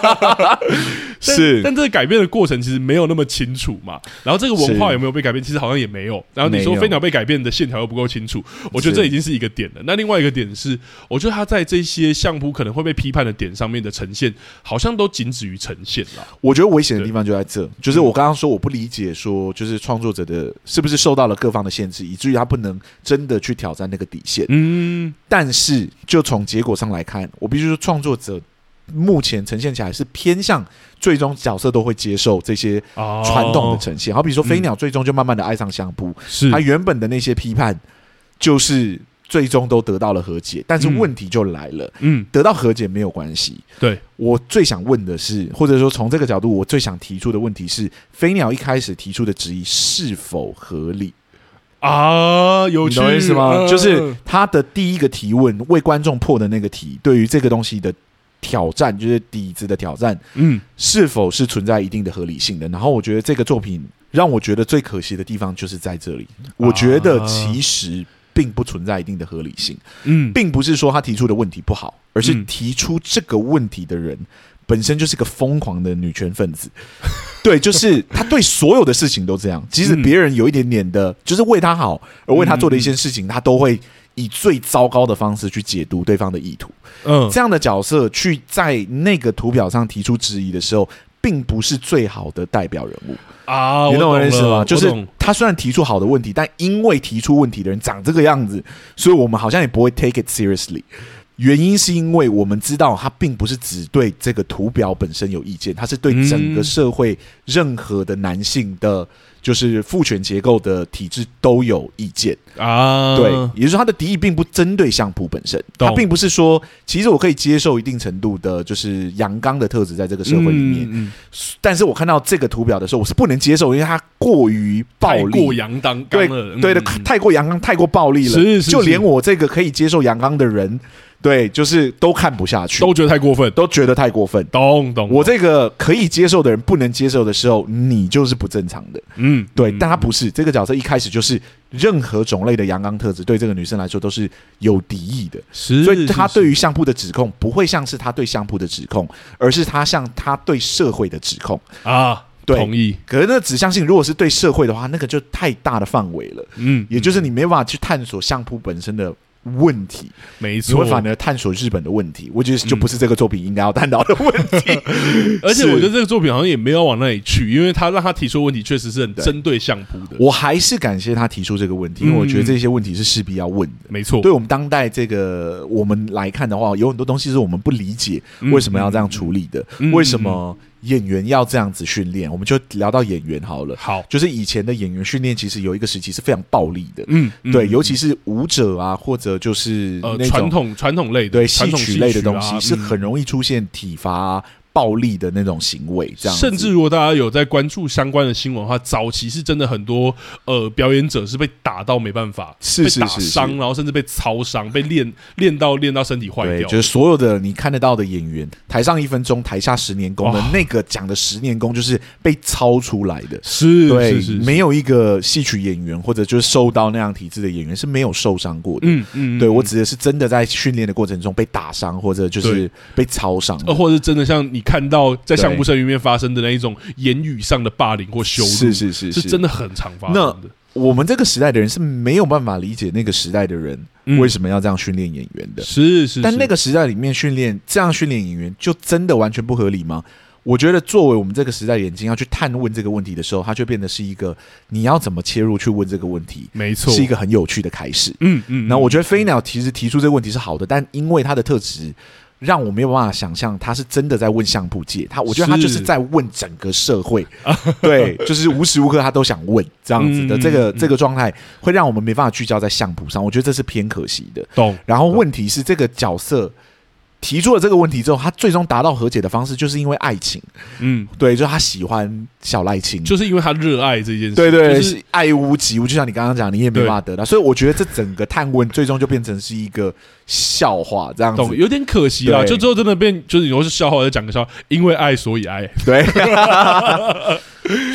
Speaker 2: 但但这个改变的过程其实没有那么清楚嘛。然后这个文化
Speaker 1: 是
Speaker 2: 有没有被改变，其实好像也没有。然后你
Speaker 1: 没
Speaker 2: 说
Speaker 1: 有
Speaker 2: 飞鸟被改变的线条又不够清楚，我觉得
Speaker 1: 是
Speaker 2: 这已经是一个点了。那另外一个点是，我觉得他在这些相扑可能会被批判的点上面的呈现，好像都仅止于呈现了。
Speaker 1: 我觉得危险的地方就在这，就是我刚刚说我不理解，说就是创作者的是不是受到了各方的限制，以至于他不能真的去挑战那个底线。
Speaker 2: 嗯，
Speaker 1: 但是就从结果上来看，我必须说，创作者目前呈现起来是偏向最终角色都会接受这些
Speaker 2: 哦嗯
Speaker 1: 传统的呈现。好比说飞鸟最终就慢慢的爱上相扑，
Speaker 2: 是
Speaker 1: 他原本的那些批判就是最终都得到了和解，但是
Speaker 2: 嗯
Speaker 1: 问题就来了。
Speaker 2: 嗯
Speaker 1: 得到和解没有关系。
Speaker 2: 对，
Speaker 1: 我最想问的是，或者说从这个角度，我最想提出的问题是，飞鸟一开始提出的质疑是否合理？
Speaker 2: 啊，有
Speaker 1: 你
Speaker 2: 趣
Speaker 1: 懂我意思吗？
Speaker 2: 嗯
Speaker 1: 就是他的第一个提问，为观众破的那个题，对于这个东西的挑战，就是底子的挑战，
Speaker 2: 嗯，
Speaker 1: 是否是存在一定的合理性的？然后我觉得这个作品让我觉得最可惜的地方就是在这里。我觉得其实并不存在一定的合理性，
Speaker 2: 嗯，
Speaker 1: 并不是说他提出的问题不好，而是
Speaker 2: 嗯
Speaker 1: 提出这个问题的人本身就是个疯狂的女权分子。 对，就是他对所有的事情都这样，即使
Speaker 2: 嗯
Speaker 1: 别人有一点点的，就是为他好而为他做的一些事情，他都会以最糟糕的方式去解读对方的意图。
Speaker 2: 嗯，
Speaker 1: 这样的角色去在那个图表上提出质疑的时候，并不是最好的代表人物。
Speaker 2: 啊，
Speaker 1: 你
Speaker 2: 我
Speaker 1: 懂我的意思
Speaker 2: 了
Speaker 1: 吗？就
Speaker 2: 我
Speaker 1: 是
Speaker 2: 懂
Speaker 1: 他虽然提出好的问题，但因为提出问题的人长这个样子，所以我们好像也不会 take it seriously。原因是因为我们知道他并不是只对这个图表本身有意见，他是对整个
Speaker 2: 嗯
Speaker 1: 社会任何的男性的就是父权结构的体制都有意见。
Speaker 2: 啊，
Speaker 1: 对，也就是说，他的敌意并不针对相扑本身，
Speaker 2: 懂
Speaker 1: 他并不是说，其实我可以接受一定程度的，就是阳刚的特质在这个社会里面，
Speaker 2: 嗯，嗯嗯
Speaker 1: 但是我看到这个图表的时候，我是不能接受，因为它过于暴
Speaker 2: 太过
Speaker 1: 力，
Speaker 2: 阳当刚
Speaker 1: 对
Speaker 2: 了，嗯
Speaker 1: 对的，
Speaker 2: 嗯
Speaker 1: 太过阳刚，太过暴力了，
Speaker 2: 是是是
Speaker 1: 就连我这个可以接受阳刚的人，对，就是都看不下去，
Speaker 2: 都觉得太过分，
Speaker 1: 都觉得太过分。
Speaker 2: 懂懂，
Speaker 1: 我这个可以接受的人不能接受的时候，你就是不正常的。
Speaker 2: 嗯，
Speaker 1: 对，
Speaker 2: 嗯
Speaker 1: 但他不是这个角色，一开始就是任何种类的阳刚特质对这个女生来说都是有敌意的，
Speaker 2: 是，
Speaker 1: 所以他
Speaker 2: 是
Speaker 1: 对于相扑的指控不会像是他对相扑的指控，而是他像他对社会的指控。
Speaker 2: 是啊，
Speaker 1: 对
Speaker 2: 同意，
Speaker 1: 可是那指向性如果是对社会的话，那个就太大的范围了，
Speaker 2: 嗯，
Speaker 1: 也就是你没办法去探索相扑本身的。问题，
Speaker 2: 没
Speaker 1: 你
Speaker 2: 错嗯
Speaker 1: 会，反而探索日本的问题，我觉得就不是这个作品应该要探讨的 问题。
Speaker 2: 而且
Speaker 1: 是
Speaker 2: 我觉得这个作品好像也没有往那里去，因为他让他提出的问题确实是很针对相扑的，
Speaker 1: 我还是感谢他提出这个
Speaker 2: 嗯
Speaker 1: 问题，因为我觉得这些问题是势必要问的。
Speaker 2: 没错，
Speaker 1: 对我们当代这个我们来看的话，有很多东西是我们不理解
Speaker 2: 嗯
Speaker 1: 为什么要这样处理的，
Speaker 2: 嗯
Speaker 1: 为什么演员要这样子训练？我们就聊到演员好了，
Speaker 2: 好，
Speaker 1: 就是以前的演员训练其实有一个时期是非常暴力的，
Speaker 2: 嗯，嗯
Speaker 1: 对，尤其是舞者啊，或者就是
Speaker 2: 呃
Speaker 1: 那
Speaker 2: 传
Speaker 1: 种、
Speaker 2: 统传统类的
Speaker 1: 对
Speaker 2: 传
Speaker 1: 戏
Speaker 2: 统
Speaker 1: 曲类的
Speaker 2: 啊
Speaker 1: 东西，是
Speaker 2: 嗯
Speaker 1: 很容易出现体罚啊、暴力的那种行为，这样子
Speaker 2: 甚至如果大家有在关注相关的新闻的话，早期是真的很多呃表演者是被打到没办法，
Speaker 1: 是是
Speaker 2: 被打
Speaker 1: 是是
Speaker 2: 伤，然后甚至被操伤，被练练到练到身体坏
Speaker 1: 对，
Speaker 2: 掉。
Speaker 1: 就是所有的你看得到的演员，台上一分钟，台下十年功的
Speaker 2: 哇
Speaker 1: 那个讲的十年功，就是被操出来的。
Speaker 2: 是
Speaker 1: 对，
Speaker 2: 是是，
Speaker 1: 没有一个戏曲演员或者就是受到那样体制的演员是没有受伤过的。
Speaker 2: 嗯嗯，
Speaker 1: 对
Speaker 2: 嗯
Speaker 1: 我指的是真的在训练的过程中被打伤，或者就是
Speaker 2: 对
Speaker 1: 被操伤的。
Speaker 2: 呃，或者是真的像你看到
Speaker 1: 对
Speaker 2: 在相扑社里面发生的那一种言语上的霸凌或羞辱，
Speaker 1: 是是是
Speaker 2: 是真
Speaker 1: 的。
Speaker 2: 的很常发生的。
Speaker 1: 我们这个时代的人是没有办法理解那个时代的人
Speaker 2: 嗯
Speaker 1: 为什么要这样训练演员的。
Speaker 2: 是是，
Speaker 1: 但
Speaker 2: 是
Speaker 1: 那个时代里面训练这样训练演员，就真的完全不合理吗？我觉得作为我们这个时代的眼睛要去探问这个问题的时候，它就变得是一个你要怎么切入去问这个问题，
Speaker 2: 没错，
Speaker 1: 是一个很有趣的开始。
Speaker 2: 嗯嗯，
Speaker 1: 那我觉
Speaker 2: 得
Speaker 1: 得飞鸟其实提出这个问题是好的，但因为他的特质。让我没有办法想象他是真的在问相扑界，他我觉得他就是
Speaker 2: 是
Speaker 1: 在问整个社会，对，就是无时无刻他都想问这样子的
Speaker 2: 嗯
Speaker 1: 这个
Speaker 2: 嗯
Speaker 1: 这个状态，会让我们没办法聚焦在相扑上，我觉得这是偏可惜的。
Speaker 2: 懂
Speaker 1: 然后问题是，这个角色提出了这个问题之后，他最终达到和解的方式，就是因为爱情。
Speaker 2: 嗯。
Speaker 1: 对，就是他喜欢小赖青，
Speaker 2: 就是因为他热爱这件事，
Speaker 1: 对对，
Speaker 2: 就是
Speaker 1: 是爱屋及乌。就像你刚刚讲，你也没办法得到，所以我觉得这整个探问最终就变成是一个笑话这样子
Speaker 2: 懂，。有点可惜啦。
Speaker 1: 对
Speaker 2: 就最后真的变，就是有时候是笑话，就讲个笑话，因为爱所以 爱。
Speaker 1: 对，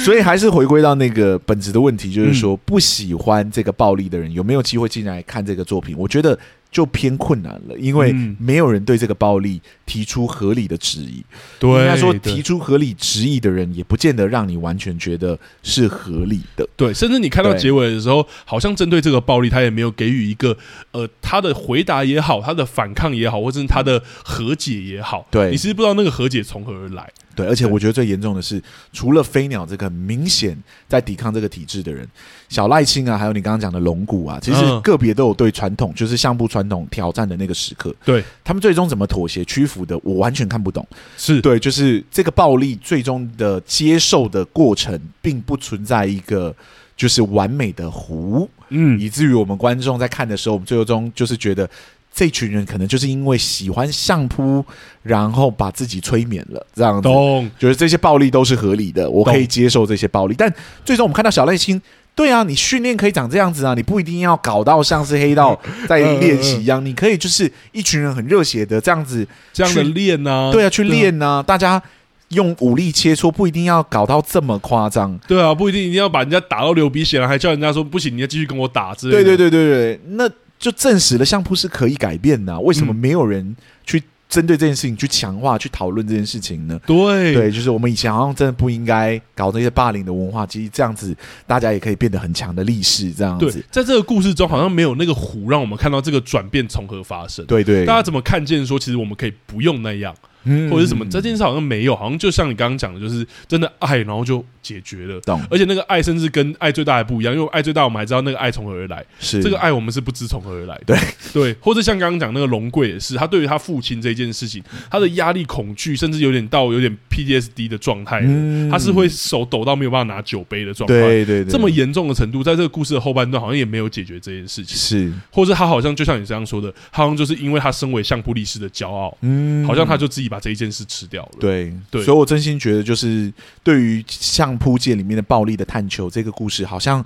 Speaker 1: 所以还是回归到那个本质的问题，就是
Speaker 2: 嗯
Speaker 1: 说、不喜欢这个暴力的人有没有机会进来看这个作品？我觉得就偏困难了，因为
Speaker 2: 嗯
Speaker 1: 没有人对这个暴力提出合理的质疑。
Speaker 2: 对，
Speaker 1: 应该说
Speaker 2: 对
Speaker 1: 提出合理质疑的人，也不见得让你完全觉得是合理的。
Speaker 2: 对，甚至你看到
Speaker 1: 对
Speaker 2: 结尾的时候，好像针对这个暴力，他也没有给予一个呃他的回答也好，他的反抗也好，或者是他的和解也好，
Speaker 1: 对
Speaker 2: 你其实不知道那个和解从何而来。
Speaker 1: 对，而且
Speaker 2: 对
Speaker 1: 我觉得最严重的是，除了飞鸟这个很明显在抵抗这个体制的人，小赖青啊，还有你刚刚讲的龙骨啊，其实
Speaker 2: 嗯
Speaker 1: 个别都有对传统，就是相扑传统挑战的那个时刻，
Speaker 2: 对，
Speaker 1: 他们最终怎么妥协屈服的，我完全看不懂。
Speaker 2: 是，
Speaker 1: 对，就是这个暴力最终的接受的过程，并不存在一个就是完美的弧。
Speaker 2: 嗯，
Speaker 1: 以至于我们观众在看的时候，我们最终就是觉得这群人可能就是因为喜欢相扑，然后把自己催眠了，这样子。
Speaker 2: 懂，
Speaker 1: 觉得这些暴力都是合理的，我可以
Speaker 2: 懂
Speaker 1: 接受这些暴力，但最终我们看到小赖青，对啊，你训练可以长这样子啊，你不一定要搞到像是黑道在练习一样，你可以就是一群人很热血的这样子，
Speaker 2: 这样的练呢、啊，
Speaker 1: 对啊，去
Speaker 2: 对啊
Speaker 1: 练啊，大家用武力切磋，不一定要搞到这么夸张。
Speaker 2: 对啊，不一定一定要把人家打到流鼻血了，还叫人家说不行，你要继续跟我打之类
Speaker 1: 对
Speaker 2: 的。
Speaker 1: 对对对对，那就证实了相扑是可以改变的啊、为什么没有人去针对这件事情去强化、去讨论这件事情呢？
Speaker 2: 对
Speaker 1: 对，就是我们以前好像真的不应该搞那些霸凌的文化，其实这样子大家也可以变得很强的力士，这样
Speaker 2: 对
Speaker 1: 子。
Speaker 2: 在这个故事中好像没有那个弧，让我们看到这个转变从何发生。
Speaker 1: 对对，
Speaker 2: 大家怎么看见说，其实我们可以不用那样，
Speaker 1: 嗯
Speaker 2: 或者是什么？这
Speaker 1: 嗯
Speaker 2: 件事好像没有，好像就像你刚刚讲的，就是真的爱，然后就解决了。
Speaker 1: 懂
Speaker 2: 而且那个爱甚至跟爱最大还不一样，因为爱最大我们还知道那个爱从何而来，
Speaker 1: 是
Speaker 2: 这个爱我们是不知从何而来的。
Speaker 1: 对
Speaker 2: 对，或者像刚刚讲那个龙贵也是，他对于他父亲这件事情，他的压力、恐惧，甚至有点到有点 PTSD 的状态了，
Speaker 1: 嗯
Speaker 2: 他是会手抖到没有办法拿酒杯的状态。
Speaker 1: 对对对
Speaker 2: 这么严重的程度，在这个故事的后半段好像也没有解决这件事情，
Speaker 1: 是
Speaker 2: 或者他好像就像你这样说的，他好像就是因为他身为相扑力士的骄傲，
Speaker 1: 嗯
Speaker 2: 好像他就自己把这一件事吃掉了。
Speaker 1: 对
Speaker 2: 对
Speaker 1: 所以我真心觉得就是对于相扑界里面的暴力的探求这个故事，好像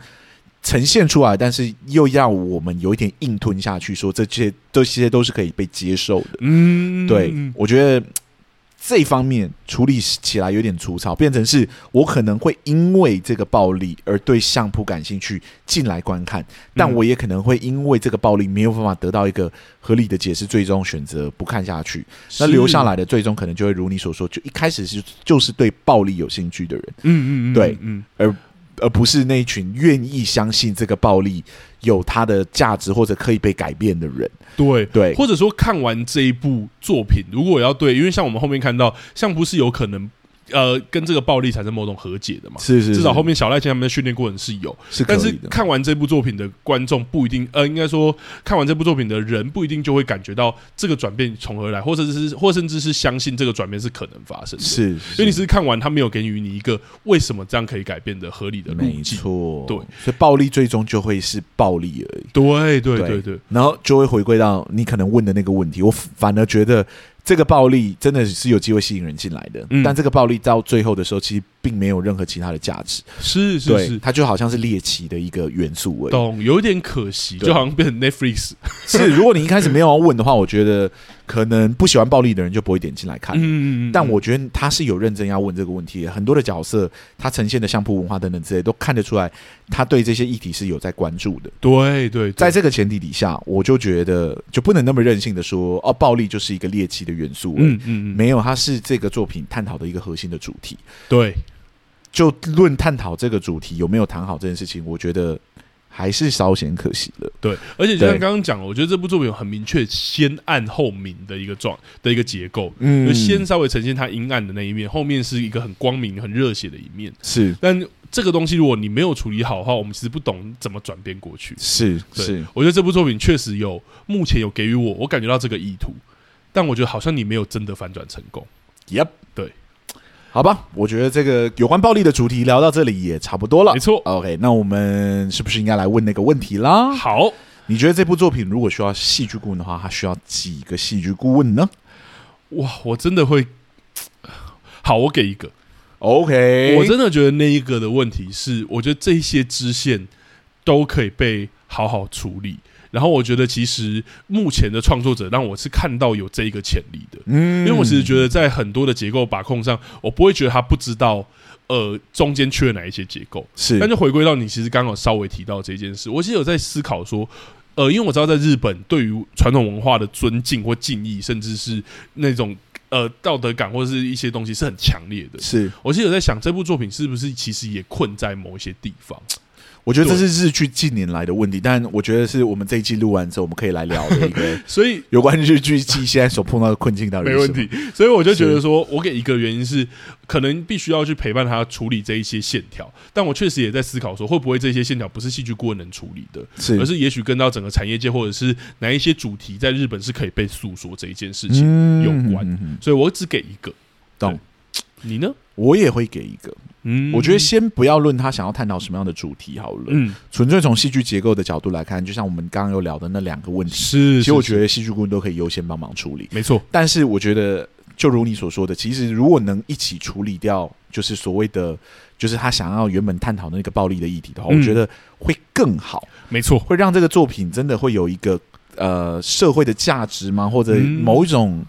Speaker 1: 呈现出来，但是又要我们有一点硬吞下去，说这些这些都是可以被接受的。
Speaker 2: 嗯，
Speaker 1: 对，我觉得。这方面处理起来有点粗糙，变成是我可能会因为这个暴力而对相扑感兴趣进来观看，但我也可能会因为这个暴力没有办法得到一个合理的解释，最终选择不看下去。那
Speaker 2: 是
Speaker 1: 留下，来的最终可能就会如你所说，就一开始是就是对暴力有兴趣的人，
Speaker 2: 嗯嗯嗯，
Speaker 1: 对
Speaker 2: 嗯，
Speaker 1: 而不是那一群愿意相信这个暴力有它的价值或者可以被改变的人。
Speaker 2: 对。
Speaker 1: 对，
Speaker 2: 或者说看完这一部作品，如果我要对，因为像我们后面看到，相扑是有可能呃跟这个暴力产生某种和解的嘛，
Speaker 1: 是是，
Speaker 2: 至少
Speaker 1: 是
Speaker 2: 后面小赖先他们的训练过程是有，
Speaker 1: 是可
Speaker 2: 但是
Speaker 1: 以的。
Speaker 2: 看完这部作品的观众不一定，呃，应该说看完这部作品的人不一定就会感觉到这个转变从何而来，或者是或甚至是相信这个转变是可能发生的，
Speaker 1: 是，
Speaker 2: 因为你只是看完，他没有给予你一个为什么这样可以改变的合理的路
Speaker 1: 没
Speaker 2: 径。
Speaker 1: 错，
Speaker 2: 对，
Speaker 1: 所以暴力最终就会是暴力而已，
Speaker 2: 对对
Speaker 1: 对
Speaker 2: 对对，
Speaker 1: 然后就会回归到你可能问的那个问题。我反而觉得这个暴力真的是有机会吸引人进来的，
Speaker 2: 嗯
Speaker 1: 但这个暴力到最后的时候，其实并没有任何其他的价值，
Speaker 2: 是是
Speaker 1: 对，
Speaker 2: 是，
Speaker 1: 它就好像是猎奇的一个元素而已。
Speaker 2: 懂，有一点可惜，
Speaker 1: 对
Speaker 2: 就好像变成 Netflix
Speaker 1: 是，如果你一开始没有要问的话，我觉得可能不喜欢暴力的人就不会点进来看。
Speaker 2: 嗯，
Speaker 1: 但我觉得他是有认真要问这个问题的，很多的角色他呈现的相扑文化等等之类，都看得出来他对这些议题是有在关注的。
Speaker 2: 对对，对
Speaker 1: 在这个前提底下，我就觉得就不能那么任性的说哦，暴力就是一个猎奇的元素。嗯，
Speaker 2: 嗯嗯嗯，
Speaker 1: 没有，它是这个作品探讨的一个核心的主题。
Speaker 2: 对，
Speaker 1: 就论探讨这个主题有没有谈好这件事情，我觉得还是稍显可惜了。
Speaker 2: 对，而且就像
Speaker 1: 对
Speaker 2: 刚刚讲，我觉得这部作品有很明确先暗后明的一个状的一个结构，
Speaker 1: 嗯
Speaker 2: 就先稍微呈现它阴暗的那一面，后面是一个很光明、很热血的一面。
Speaker 1: 是
Speaker 2: 但这个东西如果你没有处理好的话，我们其实不懂怎么转变过去。
Speaker 1: 是
Speaker 2: 对
Speaker 1: 是，
Speaker 2: 我觉得这部作品确实有目前有给予我，我感觉到这个意图，但我觉得好像你没有真的反转成功。
Speaker 1: Yep，
Speaker 2: 对，
Speaker 1: 好吧，我觉得这个有关暴力的主题聊到这里也差不多了
Speaker 2: 没。错，
Speaker 1: OK，那我们是不是应该来问那个问题啦？
Speaker 2: 好，
Speaker 1: 你觉得这部作品如果需要戏剧顾问的话，它需要几个戏剧顾问呢
Speaker 2: 哇，我真的会，好，我给一个，
Speaker 1: ？OK，
Speaker 2: 我真的觉得那一个的问题是，我觉得这些支线都可以被好好处理。然后我觉得，其实目前的创作者让我是看到有这一个潜力的，
Speaker 1: 嗯
Speaker 2: 因为我其实觉
Speaker 1: 得
Speaker 2: 得在很多的结构把控上，我不会觉得他不知道，呃，中间缺了哪一些结构。
Speaker 1: 是
Speaker 2: 但就回归到你其实刚好稍微提到这件事，我其实有在思考说，呃，因为我知道在日本对于传统文化的尊敬或敬意，甚至是那种呃道德感或者是一些东西是很强烈的。
Speaker 1: 是，
Speaker 2: 我其实有在想，这部作品是不是其实也困在某一些地方？
Speaker 1: 我觉得这是日剧近年来的问题，但我觉得是我们这一季录完之后，我们可以来聊的一 个
Speaker 2: 所以
Speaker 1: 有关日剧季现在所碰到的困境到底
Speaker 2: 没
Speaker 1: 是什
Speaker 2: 问
Speaker 1: 么。
Speaker 2: 题，所以我就觉得说，我给一个原因是，可能必须要去陪伴他处理这一些线条。但我确实也在思考说，会不会这些线条不是戏剧顾问能处理的，
Speaker 1: 是，
Speaker 2: 而是也许跟到整个产业界，或者是哪一些主题在日本是可以被诉说这一件事情。
Speaker 1: 嗯
Speaker 2: 有关
Speaker 1: 嗯嗯嗯
Speaker 2: 所以我只给一个，
Speaker 1: 懂
Speaker 2: 对？你呢？
Speaker 1: 我也会给一个，
Speaker 2: 嗯
Speaker 1: 我觉得先不要论他想要探讨什么样的主题好了，
Speaker 2: 嗯
Speaker 1: 纯粹从戏剧结构的角度来看，就像我们刚刚有聊的那两个问题，
Speaker 2: 是，
Speaker 1: 其实我
Speaker 2: 得
Speaker 1: 觉得戏剧顾问都可以优先帮忙处理。
Speaker 2: 没错，
Speaker 1: 但是我觉得，就如你所说的，其实如果能一起处理掉，就是所谓的，就是他想要原本探讨的那个暴力的议题的话，
Speaker 2: 嗯
Speaker 1: 我觉得会更好，
Speaker 2: 没错，
Speaker 1: 会让这个作品真的会有一个呃社会的价值吗？或者
Speaker 2: 嗯
Speaker 1: 某一种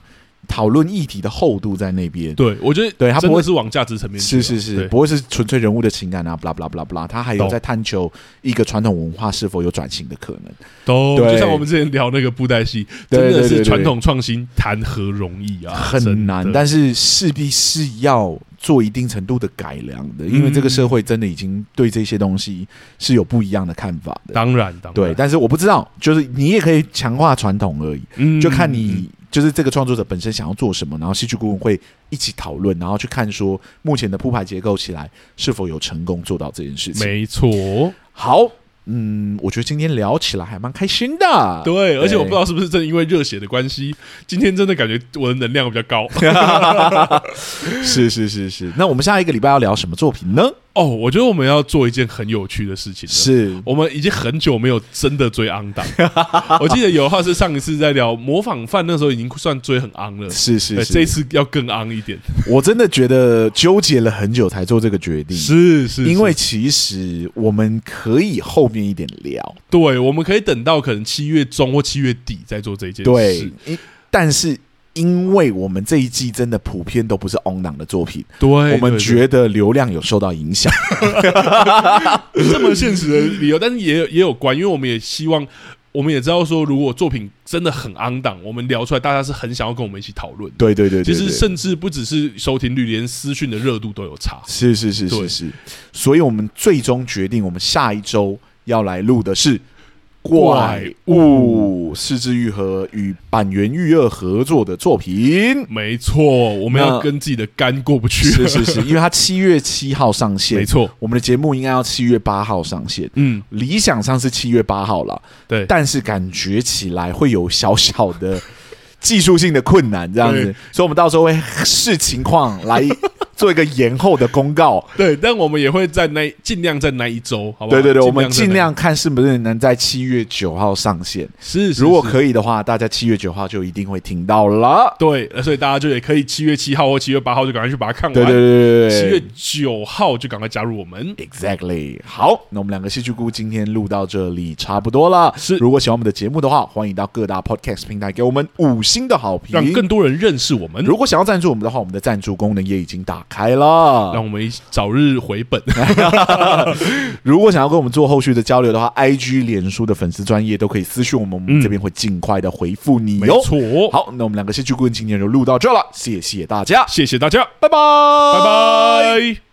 Speaker 1: 讨论议题的厚度在那边。
Speaker 2: 对，我觉得
Speaker 1: 对他不
Speaker 2: 真
Speaker 1: 会
Speaker 2: 的是往价值层面去
Speaker 1: 是是
Speaker 2: 了，
Speaker 1: 是，
Speaker 2: 对
Speaker 1: 不会是纯粹人物的情感啊，不啦不啦不啦不啦，他还有
Speaker 2: 懂
Speaker 1: 在探求一个传统文化是否有转型的可能。
Speaker 2: 都
Speaker 1: 对
Speaker 2: 就像我们之前聊那个布袋戏，
Speaker 1: 对
Speaker 2: 真
Speaker 1: 对
Speaker 2: 的
Speaker 1: 对对
Speaker 2: 是传统创新谈何容易啊，
Speaker 1: 很难
Speaker 2: 真，的
Speaker 1: 但是势必是要做一定程度的改良
Speaker 2: 嗯
Speaker 1: 的，因为这个社会真的已经对这些东西是有不一样的看法的。
Speaker 2: 当然当然
Speaker 1: 对，，但是我不知道，就是你也可以强化传统而已，
Speaker 2: 嗯
Speaker 1: 就看
Speaker 2: 嗯
Speaker 1: 你就是这个创作者本身想要做什么，然后戏剧顾问会一起讨论，然后去看说目前的铺排结构起来是否有成功做到这件事情。
Speaker 2: 没错，
Speaker 1: 好，嗯，我觉得今天聊起来还蛮开心的。
Speaker 2: 对，而且我不知道是不是真的因为热血的关系，今天真的感觉我的能量比较 高
Speaker 1: 是是是是。那我们下一个礼拜要聊什么作品呢？
Speaker 2: 哦。我觉得我们要做一件很有趣的事情了，
Speaker 1: 是
Speaker 2: 我们已经很久没有真的 追昂档，我记得有的话是上一次在聊模仿犯那时候已经算追很昂了，
Speaker 1: 是是
Speaker 2: 对，
Speaker 1: 是，
Speaker 2: 这一次要更昂一点，
Speaker 1: 我真的觉得纠结了很久才做这个决定，
Speaker 2: 是是
Speaker 1: 因为
Speaker 2: 是
Speaker 1: 其实我们可以后面一点聊，
Speaker 2: 对，我们可以等到可能七月中或七月底再做这件事，
Speaker 1: 对，因但是。因为我们这一季真的普遍都不是 on 档的作品，
Speaker 2: 对，
Speaker 1: 我们
Speaker 2: 对
Speaker 1: 觉得流量有受到影响。
Speaker 2: 这么现实的理由，但是也有也有关，因为我们也希望，我们也知道说，如果作品真的很昂档，我们聊出来，大家是很想要跟我们一起讨论的。
Speaker 1: 对对对对
Speaker 2: 其
Speaker 1: 对，
Speaker 2: 实甚至不只是收听率，连私讯的热度都有差。
Speaker 1: 是是是是
Speaker 2: 对
Speaker 1: 是，所以我们最终决定，我们下一周要来录的是《怪
Speaker 2: 怪
Speaker 1: 物》，四之愈合与板垣育二合作的作 品。
Speaker 2: 没错，我们要
Speaker 1: 那
Speaker 2: 跟自己的肝过不去。
Speaker 1: 是是是，因为它七月七号上线，
Speaker 2: 没。错，
Speaker 1: 我们的节目应该要七月八号上线，
Speaker 2: 嗯，
Speaker 1: 理想上是七月八号了，
Speaker 2: 对，
Speaker 1: 但是感觉起来会有小小的技术性的困难，这样子
Speaker 2: 对，
Speaker 1: 所以我们到时候会视情况来做一个延后的公 告。
Speaker 2: 对，但我们也会在那尽量在那一周，好不好？
Speaker 1: 对对对，我们
Speaker 2: 在那
Speaker 1: 尽量看是不是能在七月九号上线。
Speaker 2: 是，是
Speaker 1: 如果
Speaker 2: 是
Speaker 1: 可以的话，大家七月九号就一定会听到了。
Speaker 2: 对，呃所以大家就也可以七月七号或七月八号就赶快去把它看完。
Speaker 1: 对对对
Speaker 2: 七
Speaker 1: 对
Speaker 2: 月
Speaker 1: 对
Speaker 2: 九号就赶快加入我们。
Speaker 1: ，exactly。好，那我们两个戏剧菇今天录到这里差不多了。
Speaker 2: 是
Speaker 1: 如果喜欢我们的节目的话，欢迎到各大 podcast 平台给我们五星的好
Speaker 2: 让
Speaker 1: 评。
Speaker 2: 更多人认识我们，
Speaker 1: 如果想要赞助我们的话，我们的赞助功能也已经打开
Speaker 2: 让
Speaker 1: 了。
Speaker 2: 我们一起早日回本。
Speaker 1: 如果想要跟我们做后续的交流的话，IG、脸书的粉丝专业都可以私讯我们，我们
Speaker 2: 嗯
Speaker 1: 这边会尽快的回复你
Speaker 2: 没
Speaker 1: 哟。
Speaker 2: 错，，
Speaker 1: 好，那我们两个戏剧棍今天就录到这了，谢谢大家，
Speaker 2: 谢谢大家，
Speaker 1: 拜拜，拜
Speaker 2: 拜拜。